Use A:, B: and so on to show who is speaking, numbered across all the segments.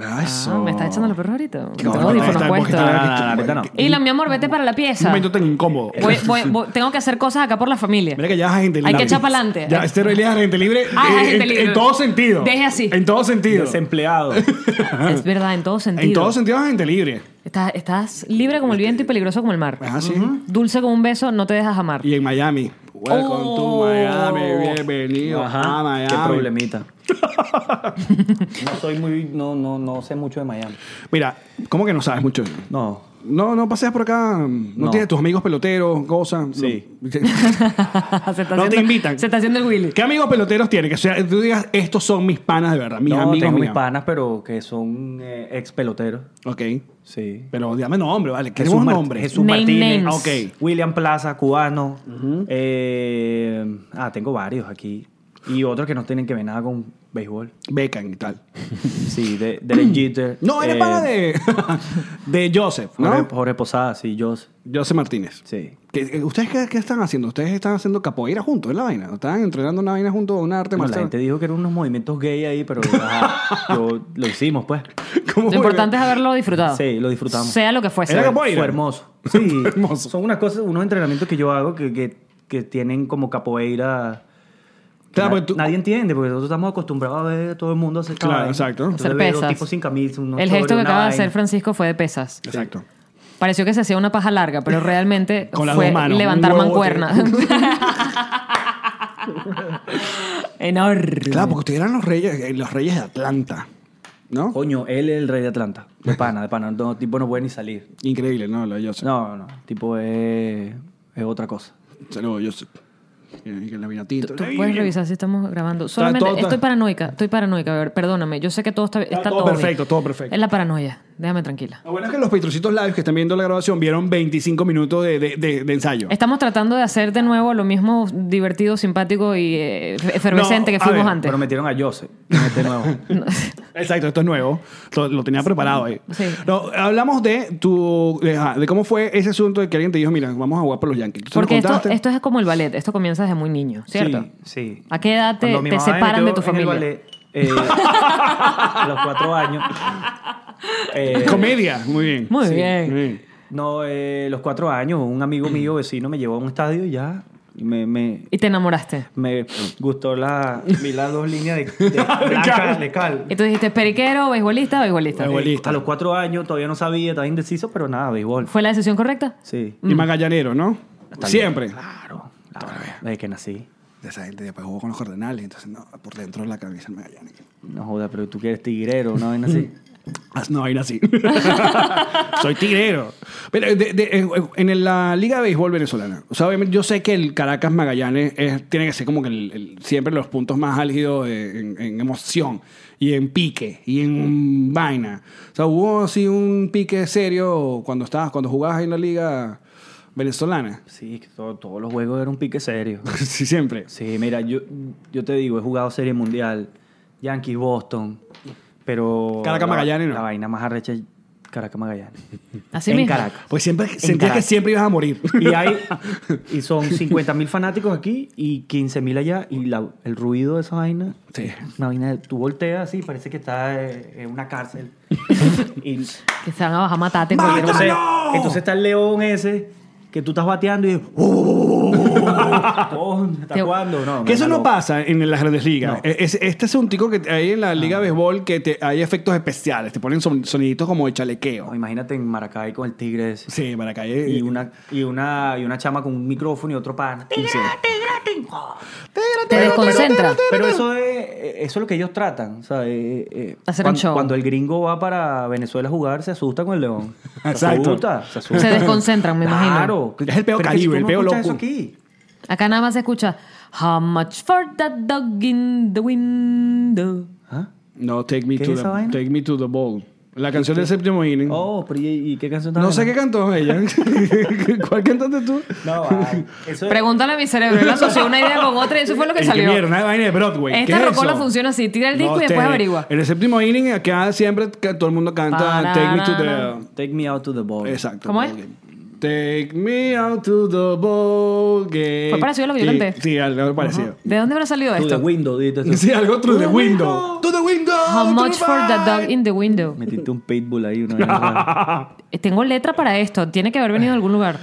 A: Ah, Eso.
B: Ah, me estás echando los perros ahorita.
A: No,
B: Tengo
A: no, no,
B: audífonos
A: está- porque
B: puestos.
A: está-
C: No, no, no,
A: qué-
C: no, ahorita no.
B: Hila, mi amor, vete para la
A: Un
B: pieza.
A: momento tan incómodo.
B: Voy- voy- voy- tengo que hacer cosas acá por la familia.
A: Mira que ya es gente
B: Hay
A: libre.
B: que echar pa'lante.
A: Ya, este Roelía es gente libre.
B: Ah, es
A: eh,
B: gente
A: en,
B: libre.
A: en todo sentido.
B: Deje así.
A: En todo sentido.
C: Desempleado.
B: Es verdad, en todo sentido.
A: En todo sentido es gente libre.
B: Estás, estás libre como el viento y peligroso como el mar.
A: Ah, sí.
B: Dulce como un beso, no te dejas amar.
A: Y en Miami. Welcome
B: Oh.
A: to Miami. Bienvenido a Ah, Miami.
C: Qué problemita. no soy muy. No, no, no sé mucho de Miami.
A: Mira, ¿cómo que no sabes mucho?
C: No.
A: No, no paseas por acá. No,
C: No.
A: tienes tus amigos peloteros, cosas.
C: Sí.
A: No.
B: Se está
A: No te
B: haciendo-
A: invitan.
B: Se está haciendo el Willy.
A: ¿Qué amigos peloteros tienes? Que sea, tú digas, estos son mis panas de verdad. Mis
C: no,
A: amigos.
C: tengo mis
A: am-
C: panas, pero que son eh, ex peloteros.
A: Ok.
C: Sí.
A: Pero dame nombre, vale. Queremos
C: Mar-
A: nombre.
C: Jesús
B: Name
C: Martínez.
B: names.
C: Ok. William Plaza, cubano. Eh, ah, tengo varios aquí. Y otros que no tienen que ver nada con béisbol.
A: Beckham y tal.
C: Sí, de, Derek Jeter.
A: Mm. No, eres
C: eh,
A: pana de. de Joseph, ¿no?
C: Jorge, Jorge Posada, sí, yo.
A: Joseph Martínez.
C: Sí.
A: ¿Qué- qué- ¿Ustedes qué, qué están haciendo? Ustedes están haciendo capoeira juntos, es la vaina. Están entrenando una vaina juntos, una arte
C: Bueno, la
A: marcial.
C: gente dijo que eran unos movimientos gay ahí, pero ajá, yo- lo hicimos, pues.
A: ¿Cómo
B: Lo
A: voy a-
B: importante es haberlo disfrutado.
C: Sí, lo disfrutamos.
B: Sea lo que fuese.
A: Era como-
C: Fue
A: Capoeira.
C: hermoso. Sí,
A: hermoso.
C: Son unas cosas, unos entrenamientos que yo hago que, que- que tienen como capoeira. que
A: Claro,
C: na-
A: porque tú-
C: Nadie entiende, porque nosotros estamos acostumbrados a ver todo el mundo hacer
A: Claro,
C: cabaña.
A: exacto.
C: Entonces
B: Hacer
C: veo dos
B: pesas.
C: tipos sin camisa, unos
B: El gesto
C: chores,
B: que
C: una
B: acaba de
C: vaina.
B: hacer Francisco fue de pesas.
A: Exacto.
B: Pareció que se hacía una paja larga, pero realmente
A: Con las
B: fue
A: dos manos, un
B: levantar
A: huevo
B: mancuernas. Enorme.
A: Claro, porque ustedes eran los reyes, eh, los reyes de Atlanta. ¿No?
C: Coño, él es el rey de Atlanta. De pana, de pana. No, tipo no puede ni salir.
A: Increíble, ¿no? Lo de Joseph.
C: No, no, no. Tipo es, es otra cosa.
A: Saludos, Joseph. Y que la vino tinto.
B: Tú puedes revisar si estamos grabando. Solamente
A: todo- está-
B: estoy paranoica, estoy paranoica, a ver, perdóname. Yo sé que todo está, está
A: todo
B: bien.
A: perfecto, todo perfecto.
B: Es la paranoia. Déjame tranquila.
A: Lo bueno es que los Petrocitos Live que están viendo la grabación vieron 25 minutos de, de- de- de ensayo.
B: Estamos tratando de hacer de nuevo lo mismo divertido, simpático y eh, efervescente
A: No,
B: que
A: a
B: fuimos
A: ver,
B: antes.
C: Pero metieron a Jose en este nuevo.
A: Exacto, esto es nuevo. Lo, lo tenía preparado ahí.
B: Sí.
A: No, hablamos de tu de, ajá, de cómo fue ese asunto de que alguien te dijo, mira, vamos a jugar por los Yankees. Tú nos
B: Porque esto,
A: contaste.
B: esto es como el ballet. Esto comienza desde muy niño, ¿cierto?
C: Sí, sí.
B: ¿A qué edad te,
C: Cuando mi
B: te
C: mamá me
B: separan de
C: metió
B: tu
C: en el
B: familia?
C: ballet, eh, a los cuatro años. eh,
A: Comedia, muy bien.
B: Muy bien.
A: muy bien.
C: no, eh, los cuatro años, un amigo mío vecino me llevó a un estadio y ya. y Me, me,
B: Y te enamoraste.
C: me gustó la, vi las dos líneas de, de blanca, de cal.
B: Y tú dijiste, periquero, beisbolista, beisbolista.
A: Beisbol- Beisbolista.
C: A los cuatro años todavía no sabía, estaba indeciso, pero nada, béisbol.
B: ¿Fue la decisión correcta?
C: Sí.
B: Mm.
A: Y Magallanero, ¿no?
C: Hasta
A: Siempre.
C: luego. Claro, claro. Desde que nací.
A: De esa gente después jugó con los Cardenales, entonces no, por dentro de la camisa el Magallanes.
C: No joda, pero tú quieres tigrero, una vaina así.
B: Mm.
A: Ah, No, era así. Soy tirero. Pero de- de- en- en la Liga de Béisbol venezolana, o sea, obviamente yo sé que el Caracas Magallanes es- tiene que ser como que el- el- siempre los puntos más álgidos de- en, en emoción y en pique y en vaina. O sea, hubo así un pique serio cuando estabas, cuando jugabas ahí en la Liga venezolana.
C: Sí, que todo- todos los juegos eran un pique serio.
A: sí, siempre.
C: Sí, mira, yo, yo te digo, he jugado Serie Mundial, Yankees, Boston, pero...
A: Caracas,
C: la-
A: Magallanes, ¿no?
C: La vaina más arrecha es Caracas, Magallanes.
B: Así
C: en
B: mismo.
C: Caracas.
A: Pues siempre sentías que
C: Caracas.
A: siempre ibas a morir.
C: Y, hay, y son 50.000 fanáticos aquí y 15.000 allá. Y la- el ruido de esa vaina.
A: Sí.
C: Una vaina, de- tú volteas así, parece que está eh, en una cárcel. y
B: Que se van a bajar a matarte. en cualquier
A: ¡Mátalo!
C: entonces, entonces está el león ese que tú estás bateando y. Oh, ¿Hasta
B: Te-
C: cuándo? No,
A: Que eso
C: mira,
A: no
C: loco.
A: pasa en las grandes ligas.
C: No.
A: Eh, es- este es un tico que hay en la liga de béisbol que te, hay efectos especiales. Te ponen son- soniditos como de
C: No,
A: chalequeo.
C: imagínate en Maracay con el tigre ese.
A: Sí, para calle.
C: Y una, y, una, y una chama con un micrófono y otro pan.
B: Te desconcentra.
C: Pero eso es, eh, eso es lo que ellos tratan. o sea, eh, eh,
B: Hacer
C: cuan-
B: un show.
C: Cuando el gringo va para Venezuela a jugar, se asusta con el león. Se
A: Exacto.
C: asusta. Se, asusta.
B: Se desconcentran, me imagino.
C: Claro.
A: Es el peo
C: Pero que si
A: Caribe,
C: tú
A: el
C: no
A: peo
C: escuchas
A: loco.
C: Eso aquí.
B: Acá nada más se escucha. How much for that dog in the window?
C: ¿Ah?
A: No, Take Me,
C: ¿Qué
A: to
C: es
A: the,
C: esa vaina?
A: take me to the Ball. La canción del séptimo inning.
C: Oh, pero ¿y, y qué canción
A: no
C: estaba
A: sé qué cantó ella. ¿Cuál cantaste tú?
C: No, vale. eso es-
B: Pregúntale a mi cerebro. Él asoció una idea con otra y eso fue lo que
A: ¿En qué
B: salió.
A: mierda? Una vaina de Broadway.
B: Esta
A: ¿Qué es
B: rocola
A: eso?
B: funciona así. Tira el disco y después
A: te-
B: averigua.
A: En el séptimo inning, acá siempre ca- todo el mundo canta
B: Pararara.
A: Take Me to
C: Take me out to the ball.
A: the. Exacto.
B: ¿Cómo es?
A: Take me out to the ball game.
B: Fue parecido a lo que yo
A: Y-
B: canté.
A: Sí, algo parecido.
B: ¿De dónde habrá salido
C: To the
B: esto?
C: window, dijiste tú.
A: Sí, algo through the window. To the window.
B: How
A: to
B: much
A: the
B: for the dog
A: right.
B: in the window?
C: Metiste un pitbull ahí una vez. raro.
B: Eh, Tengo letra para esto. Tiene que haber venido de algún lugar.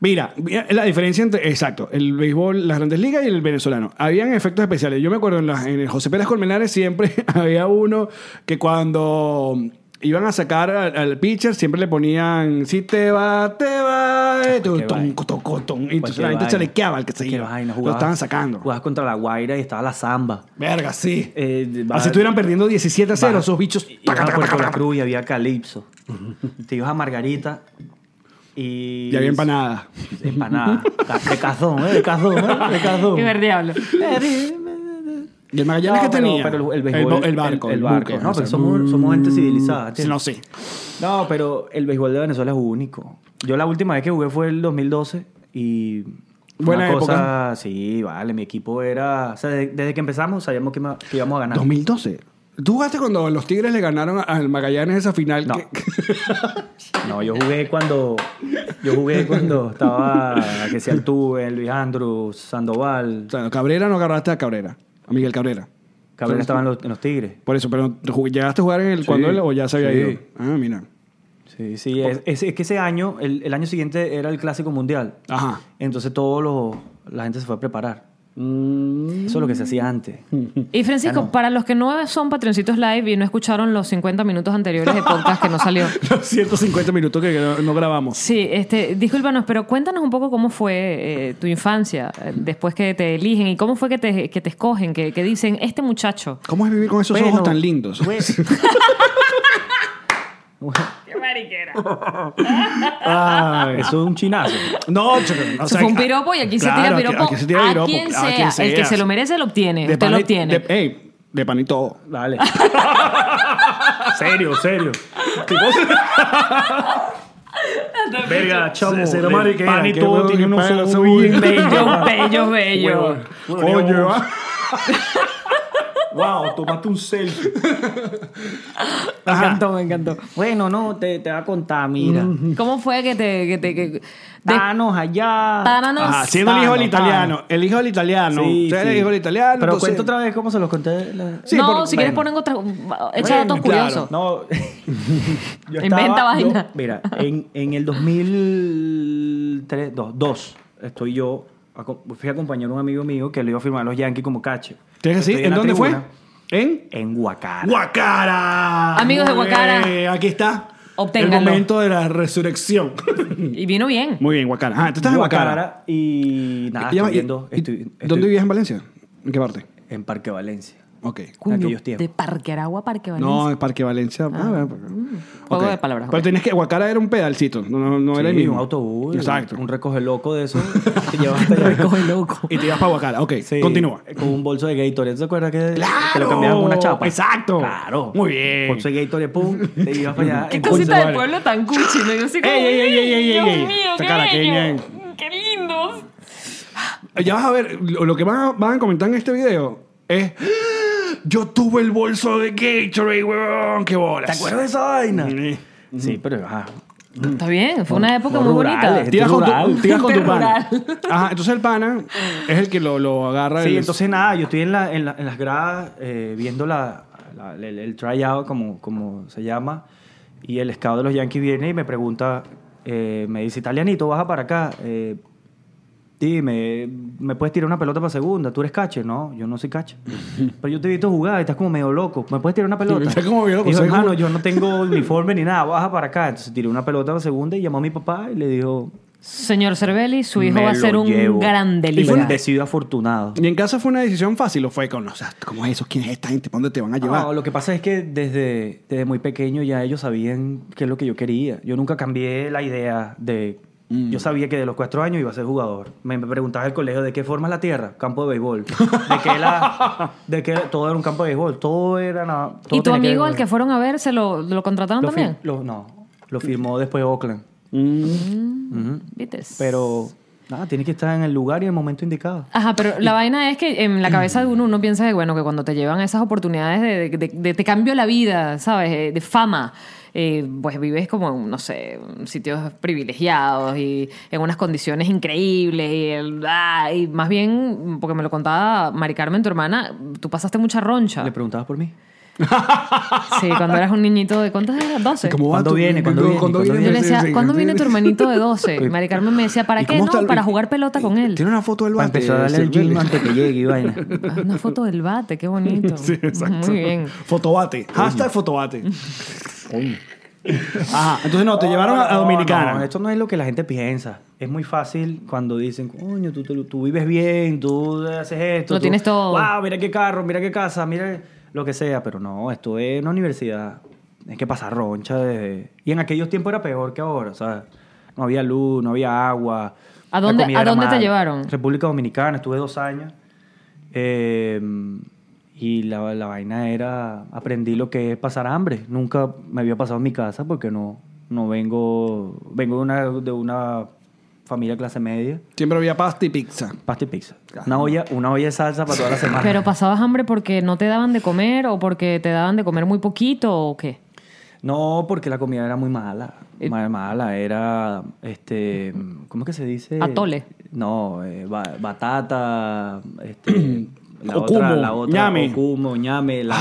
A: Mira, mira la diferencia entre, exacto, el béisbol, las grandes ligas y el venezolano. Habían efectos especiales. Yo me acuerdo en, las- en el José Pérez Colmenares siempre había uno que cuando iban a sacar al, al pitcher siempre le ponían, si te va, te va, eh, tu-
C: Cualquier
A: ton,
C: vaina.
A: ton, ton, ton. Y entonces
C: Cualquier
A: la gente
C: vaina.
A: chalequeaba al que se
C: Cualquier
A: iba.
C: vaina,
A: Lo
C: jugabas-
A: estaban sacando.
C: Jugabas contra la Guaira y estaba la Zamba.
A: Verga, sí.
C: Eh, de-
A: Así estuvieran perdiendo 17 a 0 esos bichos.
C: Ibas
A: taca,
C: a
A: taca,
C: Puerto
A: taca,
C: La
A: taca.
C: Cruz y había Calipso. Te ibas a Margarita y...
A: Y había empanadas.
C: Empanada. Ca- De cazón, ¿eh? De cazón, ¿eh? De cazón.
B: Qué verde hablo.
A: ¿Y el Magallanes
C: No,
A: que
C: pero-
A: tenía?
C: pero el,
A: el,
C: béisbol-
A: bo- el barco.
C: El, el barco.
A: buque,
C: no,
A: o sea,
C: pero somos, somos gente civilizada.
A: Sí,
C: ¿entiendes?
A: No sé.
C: No, pero el béisbol de Venezuela es único. Yo la última vez que jugué fue el 2012 y...
A: Buena
C: una
A: época.
C: Cosa, sí, vale, mi equipo era... O sea, de- desde que empezamos sabíamos que, ma- que íbamos a ganar.
A: 2012. ¿Tú jugaste cuando los Tigres le ganaron a- al Magallanes esa final?
C: No.
A: que-
C: No, yo jugué cuando... Yo jugué cuando estaba... Que sea Altuve, Luis Andrews, Sandoval.
A: o sea, Cabrera no agarraste a Cabrera, a Miguel Cabrera.
C: Cabrera estaba en los, en los Tigres.
A: Por eso, pero ¿te jug- ¿llegaste a jugar en el
C: Sí.
A: cuando él o ya se había
C: Sí.
A: ido? Ah, mira.
C: Sí, sí.
A: Oh.
C: Es, es- es que ese año, el, el año siguiente era el Clásico Mundial.
A: Ajá.
C: Entonces todos los... La gente se fue a preparar.
A: Mm.
C: Eso es lo que se hacía antes.
A: Hmm.
B: Y Francisco, para los que no son patroncitos live y no escucharon los 50 minutos anteriores de podcast que no salió.
A: Los 150 minutos que no, no grabamos.
B: Sí, este, discúlpanos, pero cuéntanos un poco cómo fue eh, tu infancia eh, después que te eligen y cómo fue que te, que te escogen, que, que dicen, este muchacho.
A: ¿Cómo es vivir con esos
C: Bueno,
A: ojos tan lindos?
C: bueno.
B: ¡Qué mariquera!
C: Eso es un chinazo.
A: No, chico, o sea,
B: fue un
A: a-
B: piropo y aquí se
A: claro, aquí-
B: tira piropo.
A: aquí se tira piropo,
B: A quien
A: a
B: sea,
A: quien
B: el que
A: sea.
B: se lo merece lo obtiene,
A: De
B: usted
A: pan
B: lo
A: y-
B: obtiene.
A: De, ey, de pan y todo.
C: Dale. serio, serio. Verga, chamo.
A: Cero
C: del
A: mariquera,
C: pan y
A: qué
C: todo
A: huevo,
C: tiene
A: qué
C: unos
A: pedo,
C: ojos
A: soy
C: muy
A: bien.
C: bellos.
B: bello, bello, bello.
A: Oye, va.
C: Wow, tomaste un selfie.
B: Me encantó, me encantó.
C: Bueno, no, te, te voy a contar, mira.
B: ¿Cómo fue que te... Que te que, de-
C: Danos allá.
B: Páranos.
A: Ajá, siendo el hijo del
C: Tano,
A: italiano. El hijo del italiano.
C: Sí,
A: Usted era el
C: sí.
A: hijo del italiano.
C: Pero
A: entonces-
C: cuento otra vez cómo se los conté. la-
A: Sí,
B: no,
A: por-
B: si quieres ponen otra... Echa
A: Bueno, claro.
B: datos curiosos.
C: No. yo
B: Inventa vaina.
C: yo- mira, en, en el 2003, dos, dos, estoy yo. aco- Fui a acompañar a un amigo mío que le iba a firmar a los Yankees como cache.
A: Tienes que
C: Estoy
A: decir, ¿en
C: la
A: dónde fue?
C: tribuna,
A: ¿En?
C: En Huacara.
A: Guacara.
B: Amigos de
A: Muy
B: Guacara.
A: bien, Aquí está.
B: Obténganlo.
A: El momento de la resurrección.
B: Y vino bien.
A: Muy bien, Guacara. Ah, tú estás en Guacara.
C: Huacara y nada,
A: Ya va,
C: estoy
A: y-
C: viendo.
A: y-
C: estoy- estoy
A: ¿Dónde vivías en Valencia? ¿En qué parte?
C: En Parque Valencia.
A: Ok.
B: Coño,
C: aquellos tiempos.
B: de Parque Aragua, a Parque Valencia. Mm.
A: No, en Parque Valencia. Ah, bueno, porque-
B: Juego
A: ok.
B: de palabras,
A: Pero
B: ok.
A: tenías que. Guacara era un pedalcito. No, no, no era el
C: Sí,
A: mismo.
C: un autobús.
A: Exacto.
C: Un recoge loco de eso. Te llevaste
B: Recoge loco.
A: Y te ibas para Guacara. Ok,
C: Sí, Eh,
A: continúa.
C: Con un bolso de Gatorade, ¿te acuerdas que
A: ¡Claro!
C: te lo cambiaban con una chapa?
A: ¡Exacto!
C: Claro.
A: Muy bien.
C: Bolso de Gatorade, pum, te ibas para allá.
B: Qué
C: En
B: cosita
C: bolso-
B: del pueblo tan cuchi, ¿no? Yo así como,
A: Ey, ey, ey, ey, ey,
B: Dios
A: ey, ey.
B: mío,
A: Esta
B: qué
A: caraqueña,
B: bello, qué lindos.
A: Ya vas a ver, lo lo que van a, van a comentar en este video es. "Ah, Yo tuve el bolso de Gatorade, weón, qué bolas.
C: ¿Te acuerdas de esa vaina?
A: Mm.
C: Sí, pero ah, ajá.
B: Está bien, fue una época muy bonita.
C: Mm. rurales.
A: Tiras con tu,
C: Rural.
A: tiras con tu pana.
B: Interrural.
A: Ajá, entonces el pana es el que lo, lo agarra.
C: Sí,
A: el-
C: entonces nada, yo estoy en, la, en, la- en las gradas eh, viendo la, la- el, el tryout, como, como se llama, y el scout de los Yankees viene y me pregunta, eh, me dice, italianito, baja para acá, eh, dime, ¿me puedes tirar una pelota para segunda? ¿Tú eres cache? No, yo no soy cache. Pero yo te he visto jugar y estás como medio loco, ¿me puedes tirar una pelota?
A: Está como medio loco,
C: Dijo,
A: soy como-
C: hermano, yo no tengo uniforme ni nada, baja para acá. Entonces tiré una pelota para segunda y llamó a mi papá y le dijo...
B: Señor Cervelli, su hijo
C: "Me
B: va a
C: lo
B: ser un
C: llevo".
B: grande
C: Y fue
B: liga.
C: un decidido afortunado.
A: Y en casa fue una decisión fácil, o fue con, o sea, ¿cómo es eso? ¿Quién es esta gente? ¿Para dónde te van a llevar?
C: No, lo que pasa es que desde, desde muy pequeño ya ellos sabían qué es lo que yo quería. Yo nunca cambié la idea de Yo sabía que de los cuatro años iba a ser jugador. Me me preguntaba el colegio de qué forma es la tierra, campo de béisbol. De que, la- de que todo era un campo de béisbol, todo era nada. todo
B: ¿Y tu
C: tenía que ver
B: amigo
C: con
B: al que fueron a ver se lo, lo contrataron
C: lo
B: también?
C: fir- lo- no, lo firmó después Oakland. Ujú.
B: ¿Viste?
C: Mm. Pero nada, tiene que estar en el lugar y en el momento indicado.
B: Ajá, pero la vaina es que en la cabeza de uno uno piensa que, bueno, que cuando te llevan esas oportunidades de, de- de- de- te cambio la vida, ¿sabes? Eh, De fama, eh, pues vives como en, no sé, en sitios privilegiados y en unas condiciones increíbles y, el- ah, y más bien, porque me lo contaba Mari Carmen, tu hermana, tú pasaste mucha roncha.
C: Le preguntabas por mí.
B: Sí, cuando eras un niñito de, ¿cuántos eras? 12.
A: ¿Cómo va
C: ¿Cuándo
A: tu-
C: viene? ¿Cuándo
A: cuándo-
C: viene?
A: cuándo
C: ¿Cuándo
A: viene?
B: Yo le
C: viene?
B: decía,
A: Sí, sí,
B: ¿cuándo
A: sí.
B: viene tu hermanito de 12? Mari Carmen me decía, ¿para
A: ¿Y
B: qué?
A: cómo
B: No,
A: está el-
B: para jugar pelota con él.
A: Tiene una foto del
C: Para
A: bate.
C: empezar a darle el
A: Silvio.
C: gym antes que llegue y vaina.
B: Ah, Una foto del bate, qué bonito.
A: Sí, exacto.
B: Muy bien.
A: Fotobate. Hashtag fotobate. Ajá. Entonces, no, te llevaron a, a
C: No,
A: Dominicana.
C: no, esto no es lo que la gente piensa. Es muy fácil cuando dicen, coño, tú, tú- tú vives bien, tú haces esto.
B: Lo
C: tú-
B: tienes todo.
C: Wow, mira qué carro, mira qué casa, mira lo que sea. Pero no, esto es una universidad. Es que pasar roncha desde... Y en aquellos tiempos era peor que ahora, o sea, no había luz, no había agua.
B: ¿A
C: la
B: dónde-
C: comida
B: a
C: era
B: dónde te
C: mala.
B: llevaron?
C: República Dominicana, estuve dos años. Eh, y la, la vaina era, aprendí lo que es pasar hambre. Nunca me había pasado en mi casa porque no, no vengo, vengo de una, de una familia clase media.
A: Siempre había pasta y pizza.
C: Pasta y pizza. Una olla, una olla de salsa para toda la semana.
B: Pero pasabas hambre porque no te daban de comer o porque te daban de comer muy poquito o qué.
C: no, porque la comida era muy mala.
A: Eh,
C: Mala, mala. Era, este, ¿cómo es que se dice?
B: Atole.
C: No, eh, ba- batata, este... La otra,
A: Ocumo,
C: la otra,
A: ñame. Ah,
C: ocumo, ñame, la,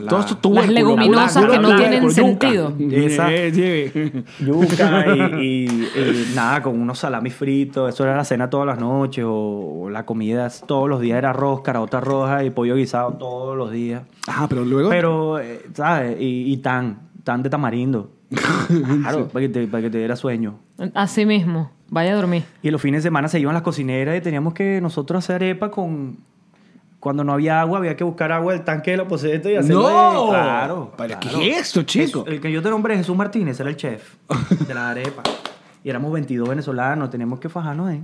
C: la-
A: Todo esto tuvo
B: Las leguminosas que no tienen sentido.
C: Exacto.
A: Exacto.
C: yuca y, y- y nada, con unos salamis fritos. Eso era la cena todas las noches o, o la comida todos los días era arroz, carota roja y pollo guisado todos los días.
A: Ajá, pero luego.
C: Pero, eh, ¿sabes? Y, y tan, tan de tamarindo. Claro, para, que te, para que te diera sueño.
B: Así mismo. Vaya a dormir.
C: Y los fines de semana se iban las cocineras y teníamos que nosotros hacer arepa con... Cuando no había agua, había que buscar agua del tanque de la poseta y hacerlo
A: ¡No!
C: de- Claro.
A: ¿Para
C: claro.
A: qué es esto, chico?
C: Jesús- el que yo te nombré, Jesús Martínez, era el chef de la arepa. Y éramos 22 venezolanos, teníamos que fajarnos ahí.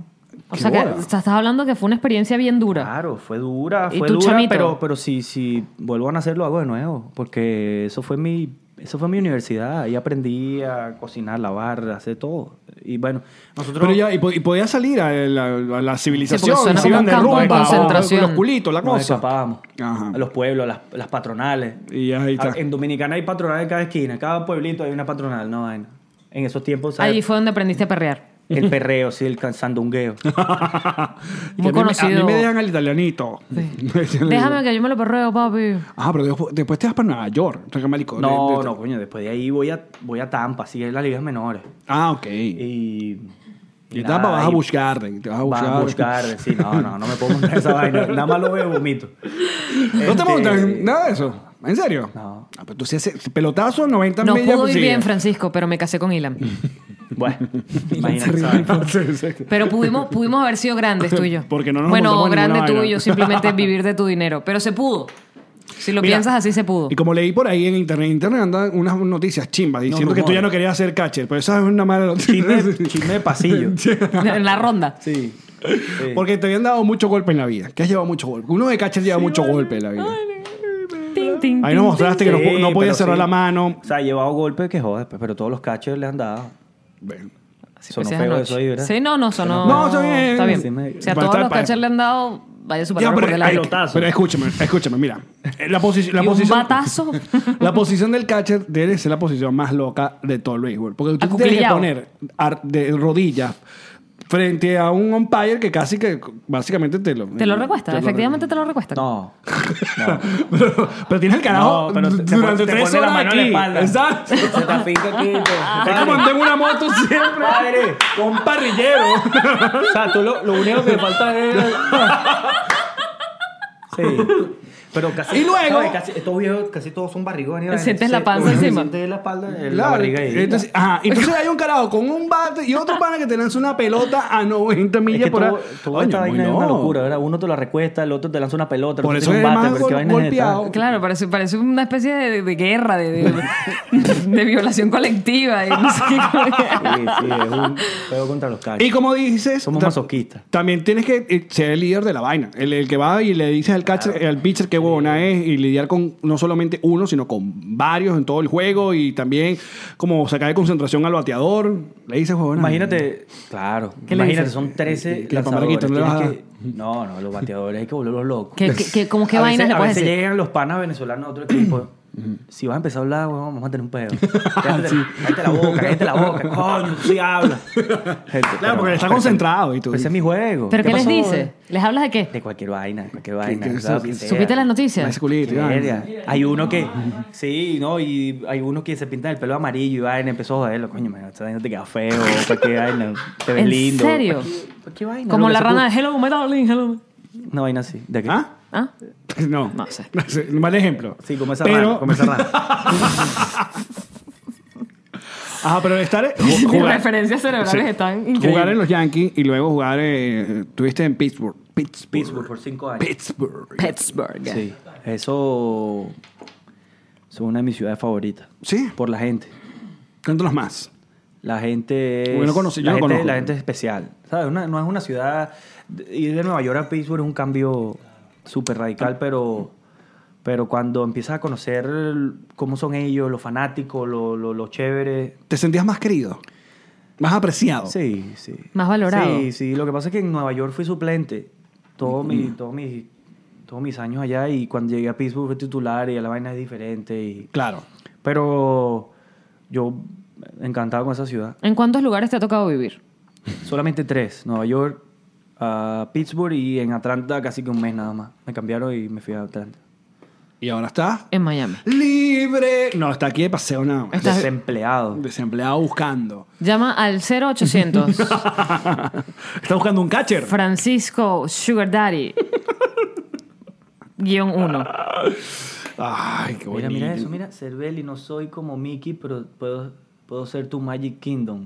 B: O sea, que
A: bola.
B: estás hablando que fue una experiencia bien
A: Ah,
B: dura.
C: Claro, fue dura,
B: ¿Y
C: fue
B: tú,
C: dura,
B: chamito?
C: pero, pero si, si vuelvo a nacer lo hago de nuevo, porque eso fue mi, eso fue mi universidad, ahí aprendí a cocinar, lavar, hacer todo. Y bueno, nosotros...
A: Pero ya, y, po- y podía salir a la, a la civilización.
B: suena
A: se
B: como
A: iban
B: un
A: de
B: campo de
A: rumba, o-
B: concentración.
A: Los culitos, la
C: nos
A: cosa.
C: escapábamos
A: Ajá.
C: a los pueblos, a las, a las patronales.
A: Y ahí está.
C: Ah, En Dominicana hay patronales en cada esquina, cada pueblito hay una patronal, no vaina. En esos tiempos, ¿sabes?
B: Allí fue donde aprendiste a perrear.
C: El perreo, sí, el can- sandungueo.
A: Que
B: Muy
A: a mí me-
B: conocido.
A: A mí me dejan al italianito.
B: Déjame que yo me lo perreo, papi.
A: Ah, pero después, después te vas para Nueva York. O sea, que marico, de-
C: No,
A: de-
C: no, coño, después de ahí voy a, voy a Tampa, sí, es las ligas menores.
A: Ah, ok.
C: Y.
A: Y
C: nada,
A: Tampa vas a
C: y-
A: buscar. Te vas a
C: Vas a
A: buscar.
C: buscar, sí, no, no, no me puedo montar esa vaina. Nada más lo veo y vomito.
A: ¿No te
C: Este,
A: montas en nada de eso? ¿En serio?
C: No.
A: Ah, pero tú sí haces pelotazo 90
B: No
A: millas pues
B: pudo
A: por
B: ir
A: sigue.
B: bien, Francisco, pero me casé con Ilan.
C: Bueno, imagínate, ¿sabes?
B: Pero pudimos, pudimos haber sido grandes tú y yo.
A: Porque no nos
B: Bueno,
A: montamos en
B: grande
A: ninguna
B: tú y
A: vaina.
B: yo, simplemente vivir de tu dinero. Pero se pudo. Si lo
A: Mira,
B: piensas así, se pudo.
A: Y como leí por ahí en internet, en internet andan unas noticias chimbas diciendo que tú
C: rumores.
A: ya no querías hacer catcher, pero esa es una mala noticia.
C: Chisme, chisme de pasillo.
B: En la ronda.
C: Sí. sí.
A: Porque te habían dado mucho golpe en la vida, que has llevado mucho golpe. Uno de catcher lleva mucho golpe en la vida.
B: Tin, tin,
A: Ahí nos
B: tin,
A: mostraste que no, po-
C: Sí,
A: no podías
C: pero
A: cerrar
C: sí.
A: la mano.
C: O sea, he llevado golpes que joder, pues, pero todos los cachos le han dado.
A: Bueno.
B: Sí,
C: Sonó
B: pues,
C: feo
B: anoche.
C: eso ahí, ¿verdad?
B: Sí, no, no, sonó.
A: No, está bien.
B: Está bien.
C: Sí, me-
B: O
A: Para
B: sea, todos
A: estar
B: los
A: para-
B: cachas le han dado, vaya su
A: Ya,
B: palabra por
A: pero,
B: delante.
C: pelotazo.
A: pero escúchame, escúchame, mira. Eh, La, posi- la
B: Y un
A: posición.
B: batazo.
A: La posición del catcher debe ser la posición más loca de todo el béisbol. Porque tú te tienes que
B: Acuclillado.
A: poner ar- de rodillas frente a un umpire que casi que básicamente te lo.
B: Te lo recuesta, efectivamente te lo recuesta.
C: No. no.
A: pero, pero tienes el carajo
C: No, pero te- te
A: durante
C: pone- te
A: tres
C: pone la
A: horas
C: mano en
A: aquí.
C: la espalda.
A: Exacto.
C: Se te afinca aquí. pues. te-
A: Es como andar en una moto siempre.
C: Padre.
A: Con parrillero.
C: O sea, tú lo, lo único que te falta es. Sí. Pero casi.
A: Y luego-
C: ¿sabes? Casi, estos viejos casi todos son barrigones. y vaina.
B: Sientes la
C: Sí,
B: panza
C: obviamente
B: encima.
C: Sientes la espalda, eh, la
A: Claro,
C: barriga ahí.
A: entonces, ajá, entonces hay un carajo con un bate y otro pana que te lanza una pelota a 90 millas
C: Es que
A: por
C: todo,
A: hora.
C: todo
A: Coño,
C: esta
A: muy
C: vaina es una
A: loco.
C: locura, ¿verdad? Uno te la recuesta, el otro te lanza una pelota, el
A: Por
C: otro
A: eso
C: tiene un
A: es
C: bate,
A: más
C: pero
A: gol-
C: qué vaina es esta.
A: golpeado.
B: Claro, parece, parece una especie de, de guerra, de, de, de violación colectiva. y no sé qué.
C: Sí, sí, es un juego contra los cachos.
A: Y como dices,
C: Somos
A: ta-
C: masoquistas.
A: También tienes que eh, ser el líder de la vaina. El, el que va y le dices al catcher, al pitcher qué buena es y lidiar con no solamente uno, sino con varios en todo el juego y también como sacar de concentración al bateador. Le dices huevona.
C: Imagínate, claro,
B: ¿Qué le
C: imagínate,
B: dices?
C: son
A: ¿Qué
C: 13
A: le pondrá
C: lanzadores.
A: aquí? ¿Tú no le vas
C: tienes
A: a-
C: que- No, no, los bateadores hay que volverlos locos.
B: ¿Qué- qué- qué- cómo qué
C: a
B: vainas
C: veces,
B: le
C: a
B: puedes
C: veces
B: decir?
C: llegan los panas venezolanos a otro equipo. "Mm, si vas a empezar a hablar, weón, vamos a tener un pedo. Cállate, cállate la boca, cállate la boca. Coño, sí habla.
A: Claro, porque está concentrado y tú.
C: Ese es mi juego.
B: ¿Pero qué, les
C: pasó?
B: dices? ¿Les hablas de qué?
C: De cualquier vaina, de cualquier vaina.
A: qué-
C: o sea, lo
A: qué-
C: que sea.
B: ¿Supiste las
A: "Ah,
B: noticias?
A: ese culito", y vaina.
C: Verga. Hay uno que. Sí, ¿no? Y hay uno que se pinta el pelo amarillo y vaina. Empezó a joderlo. Coño, man, esta vaina te queda feo. ¿Para qué vaina? Te ves
B: ¿En
C: lindo.
B: serio?
C: ¿pa' qué- pa' qué vaina?
B: Como
C: Lo
B: la
C: que se
B: rana de Hello, Darling, Hello.
C: ocurre- Una vaina así. ¿De qué?
A: ¿Ah?
B: ¿Ah?
A: No.
B: No sé.
A: No sé, Mal ejemplo.
C: Sí, como esa
A: Pero-
C: rana. Como esa rana.
A: Ajá, pero estar.
B: Mis
A: jugar-
B: referencias cerebrales
A: Sí.
B: están increíbles.
A: Jugar en los Yankees y luego jugar. eh, Tuviste en Pittsburgh.
C: Pittsburgh
A: Pittsburgh.
C: por cinco años.
A: Pittsburgh.
B: Pittsburgh.
C: Sí. Eso. Es una de mis ciudades favoritas.
A: Sí.
C: Por la gente.
A: Cuéntanos más.
C: La gente es,
A: Yo no conocí- yo
C: la,
A: no
C: gente,
A: conozco.
C: la gente es especial. ¿sabes? Una- no es una ciudad... Ir de Nueva York a Pittsburgh es un cambio súper radical, pero, pero cuando empiezas a conocer cómo son ellos, los fanáticos, los lo, lo chéveres...
A: ¿Te sentías más querido? ¿Más apreciado?
C: Sí, sí.
B: Más valorado.
C: Sí, sí. Lo que pasa es que en Nueva York fui suplente todo mi, todo mi- todos mis años allá y cuando llegué a Pittsburgh fui titular y la vaina es diferente. y-
A: Claro.
C: pero yo encantado con esa ciudad.
B: ¿En cuántos lugares te ha tocado vivir?
C: Solamente tres. Nueva York, a Pittsburgh y en Atlanta casi que un mes nada más. Me cambiaron y me fui a Atlanta.
A: Y ahora estás
B: En Miami.
A: libre. No, está aquí de paseo nada más.
B: Eh. Estás-
C: Desempleado.
A: Desempleado buscando.
B: Llama al 0800
A: está buscando un catcher.
B: Francisco Sugar Daddy. Guión 1.
A: Ay, qué
C: Mira,
A: bonito.
C: mira eso, mira. Cervelli, no soy como Mickey, pero puedo, puedo ser tu Magic Kingdom.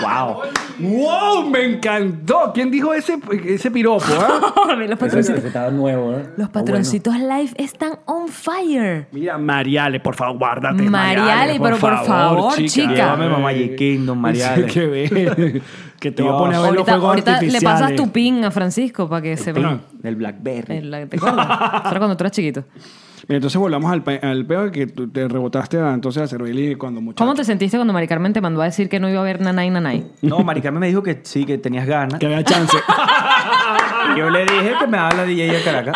A: Wow. Wow, me encantó. ¿Quién dijo ese, ese piropo? eh?
B: los patroncitos,
C: estaba nuevo, ¿eh?
B: los patroncitos live están on fire.
A: Mira, Mariale, por favor, guárdate.
B: Mariale, pero por favor, chica.
C: Llévame pa' Magic Kingdom, Mariale.
A: Sí, qué bien. que te va a
C: Dios.
A: poner a ver
B: ahorita
A: los fuegos
B: ahorita le
A: artificiales.
B: pasas tu pin a Francisco para que se vea.
C: Del Blackberry.
B: Eh, la- ¿Te acuerdas? Eso era cuando tú eras chiquito.
A: Mira, entonces volvamos al, pe- al peor que tú te rebotaste a, entonces a Cervelli cuando muchacho.
B: ¿Cómo te sentiste cuando Mari Carmen te mandó a decir que no iba a haber nanay nanay?
C: No, Maricarmen me dijo que sí, que tenías ganas.
A: Que había chance.
C: Yo le dije que me habla DJ a Caracas.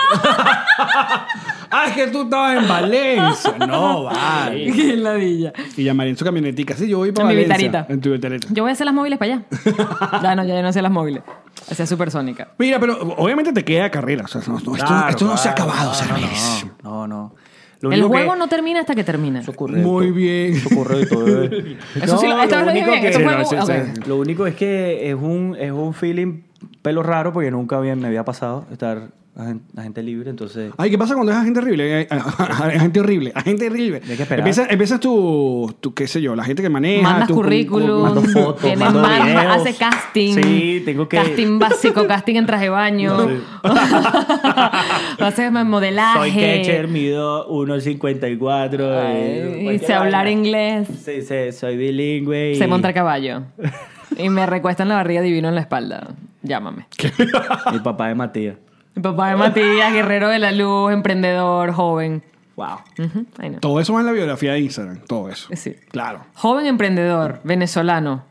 A: ah, es que tú estabas en Valencia. No, vale.
B: Qué ladilla.
A: Y llamaré en su camionetica. Sí, yo voy para
B: En mi
A: Valencia.
B: vitarita.
A: En tu vitarita.
B: Yo voy a hacer las móviles para allá. Ya no, ya yo no hacía las móviles. Hacía supersónica.
A: Mira, pero obviamente te queda carrera. O sea, no, no, esto,
C: Claro,
A: esto no se ha
C: claro.
A: acabado,
C: No,
A: Cervelli.
C: No, no. no. Lo
B: El
C: único que-
B: juego no termina hasta que termina.
C: Eso es
B: Eso
C: correcto.
A: Muy bien.
C: Eso es correcto. eh.
B: sí lo,
C: No,
B: esta vez
C: lo
B: lo dije
C: único
B: bien.
C: que-
B: Esto fue
A: Sí, no, sí,
B: ok.
A: sí.
C: Lo único es que es un, es un feeling pelo raro porque nunca había, me había pasado estar a gen- a gente libre, entonces...
A: Ay, ¿qué pasa cuando es gente horrible? Gente horrible, gente horrible.
C: Hay que esperar.
A: Empiezas, empiezas tu, tu, qué sé yo, la gente que
C: Eh,
A: maneja.
B: Mandas
A: tu-
B: currículum,
C: ah, mando fotos,
B: tienes
C: mando
B: manda-
C: videos.
B: hace casting.
C: Sí, tengo que-
B: Casting básico, casting en traje de baño. haces más modelaje.
C: Soy catcher, mido 1.54. eh,
B: Ay, y
C: cualquier
B: sé hablar
C: vaina.
B: inglés.
C: Sí, sí, soy bilingüe. y-
B: Sé montar a caballo. Y me recuestan la barriga divino en la espalda. Llámame.
C: Mi papá es Matías.
B: Mi papá de Matías, guerrero de la luz, emprendedor, joven.
C: Wow.
B: Ujú, I know.
A: Todo eso va en la biografía de Instagram, todo eso.
B: Sí.
A: Claro.
B: Joven emprendedor, venezolano,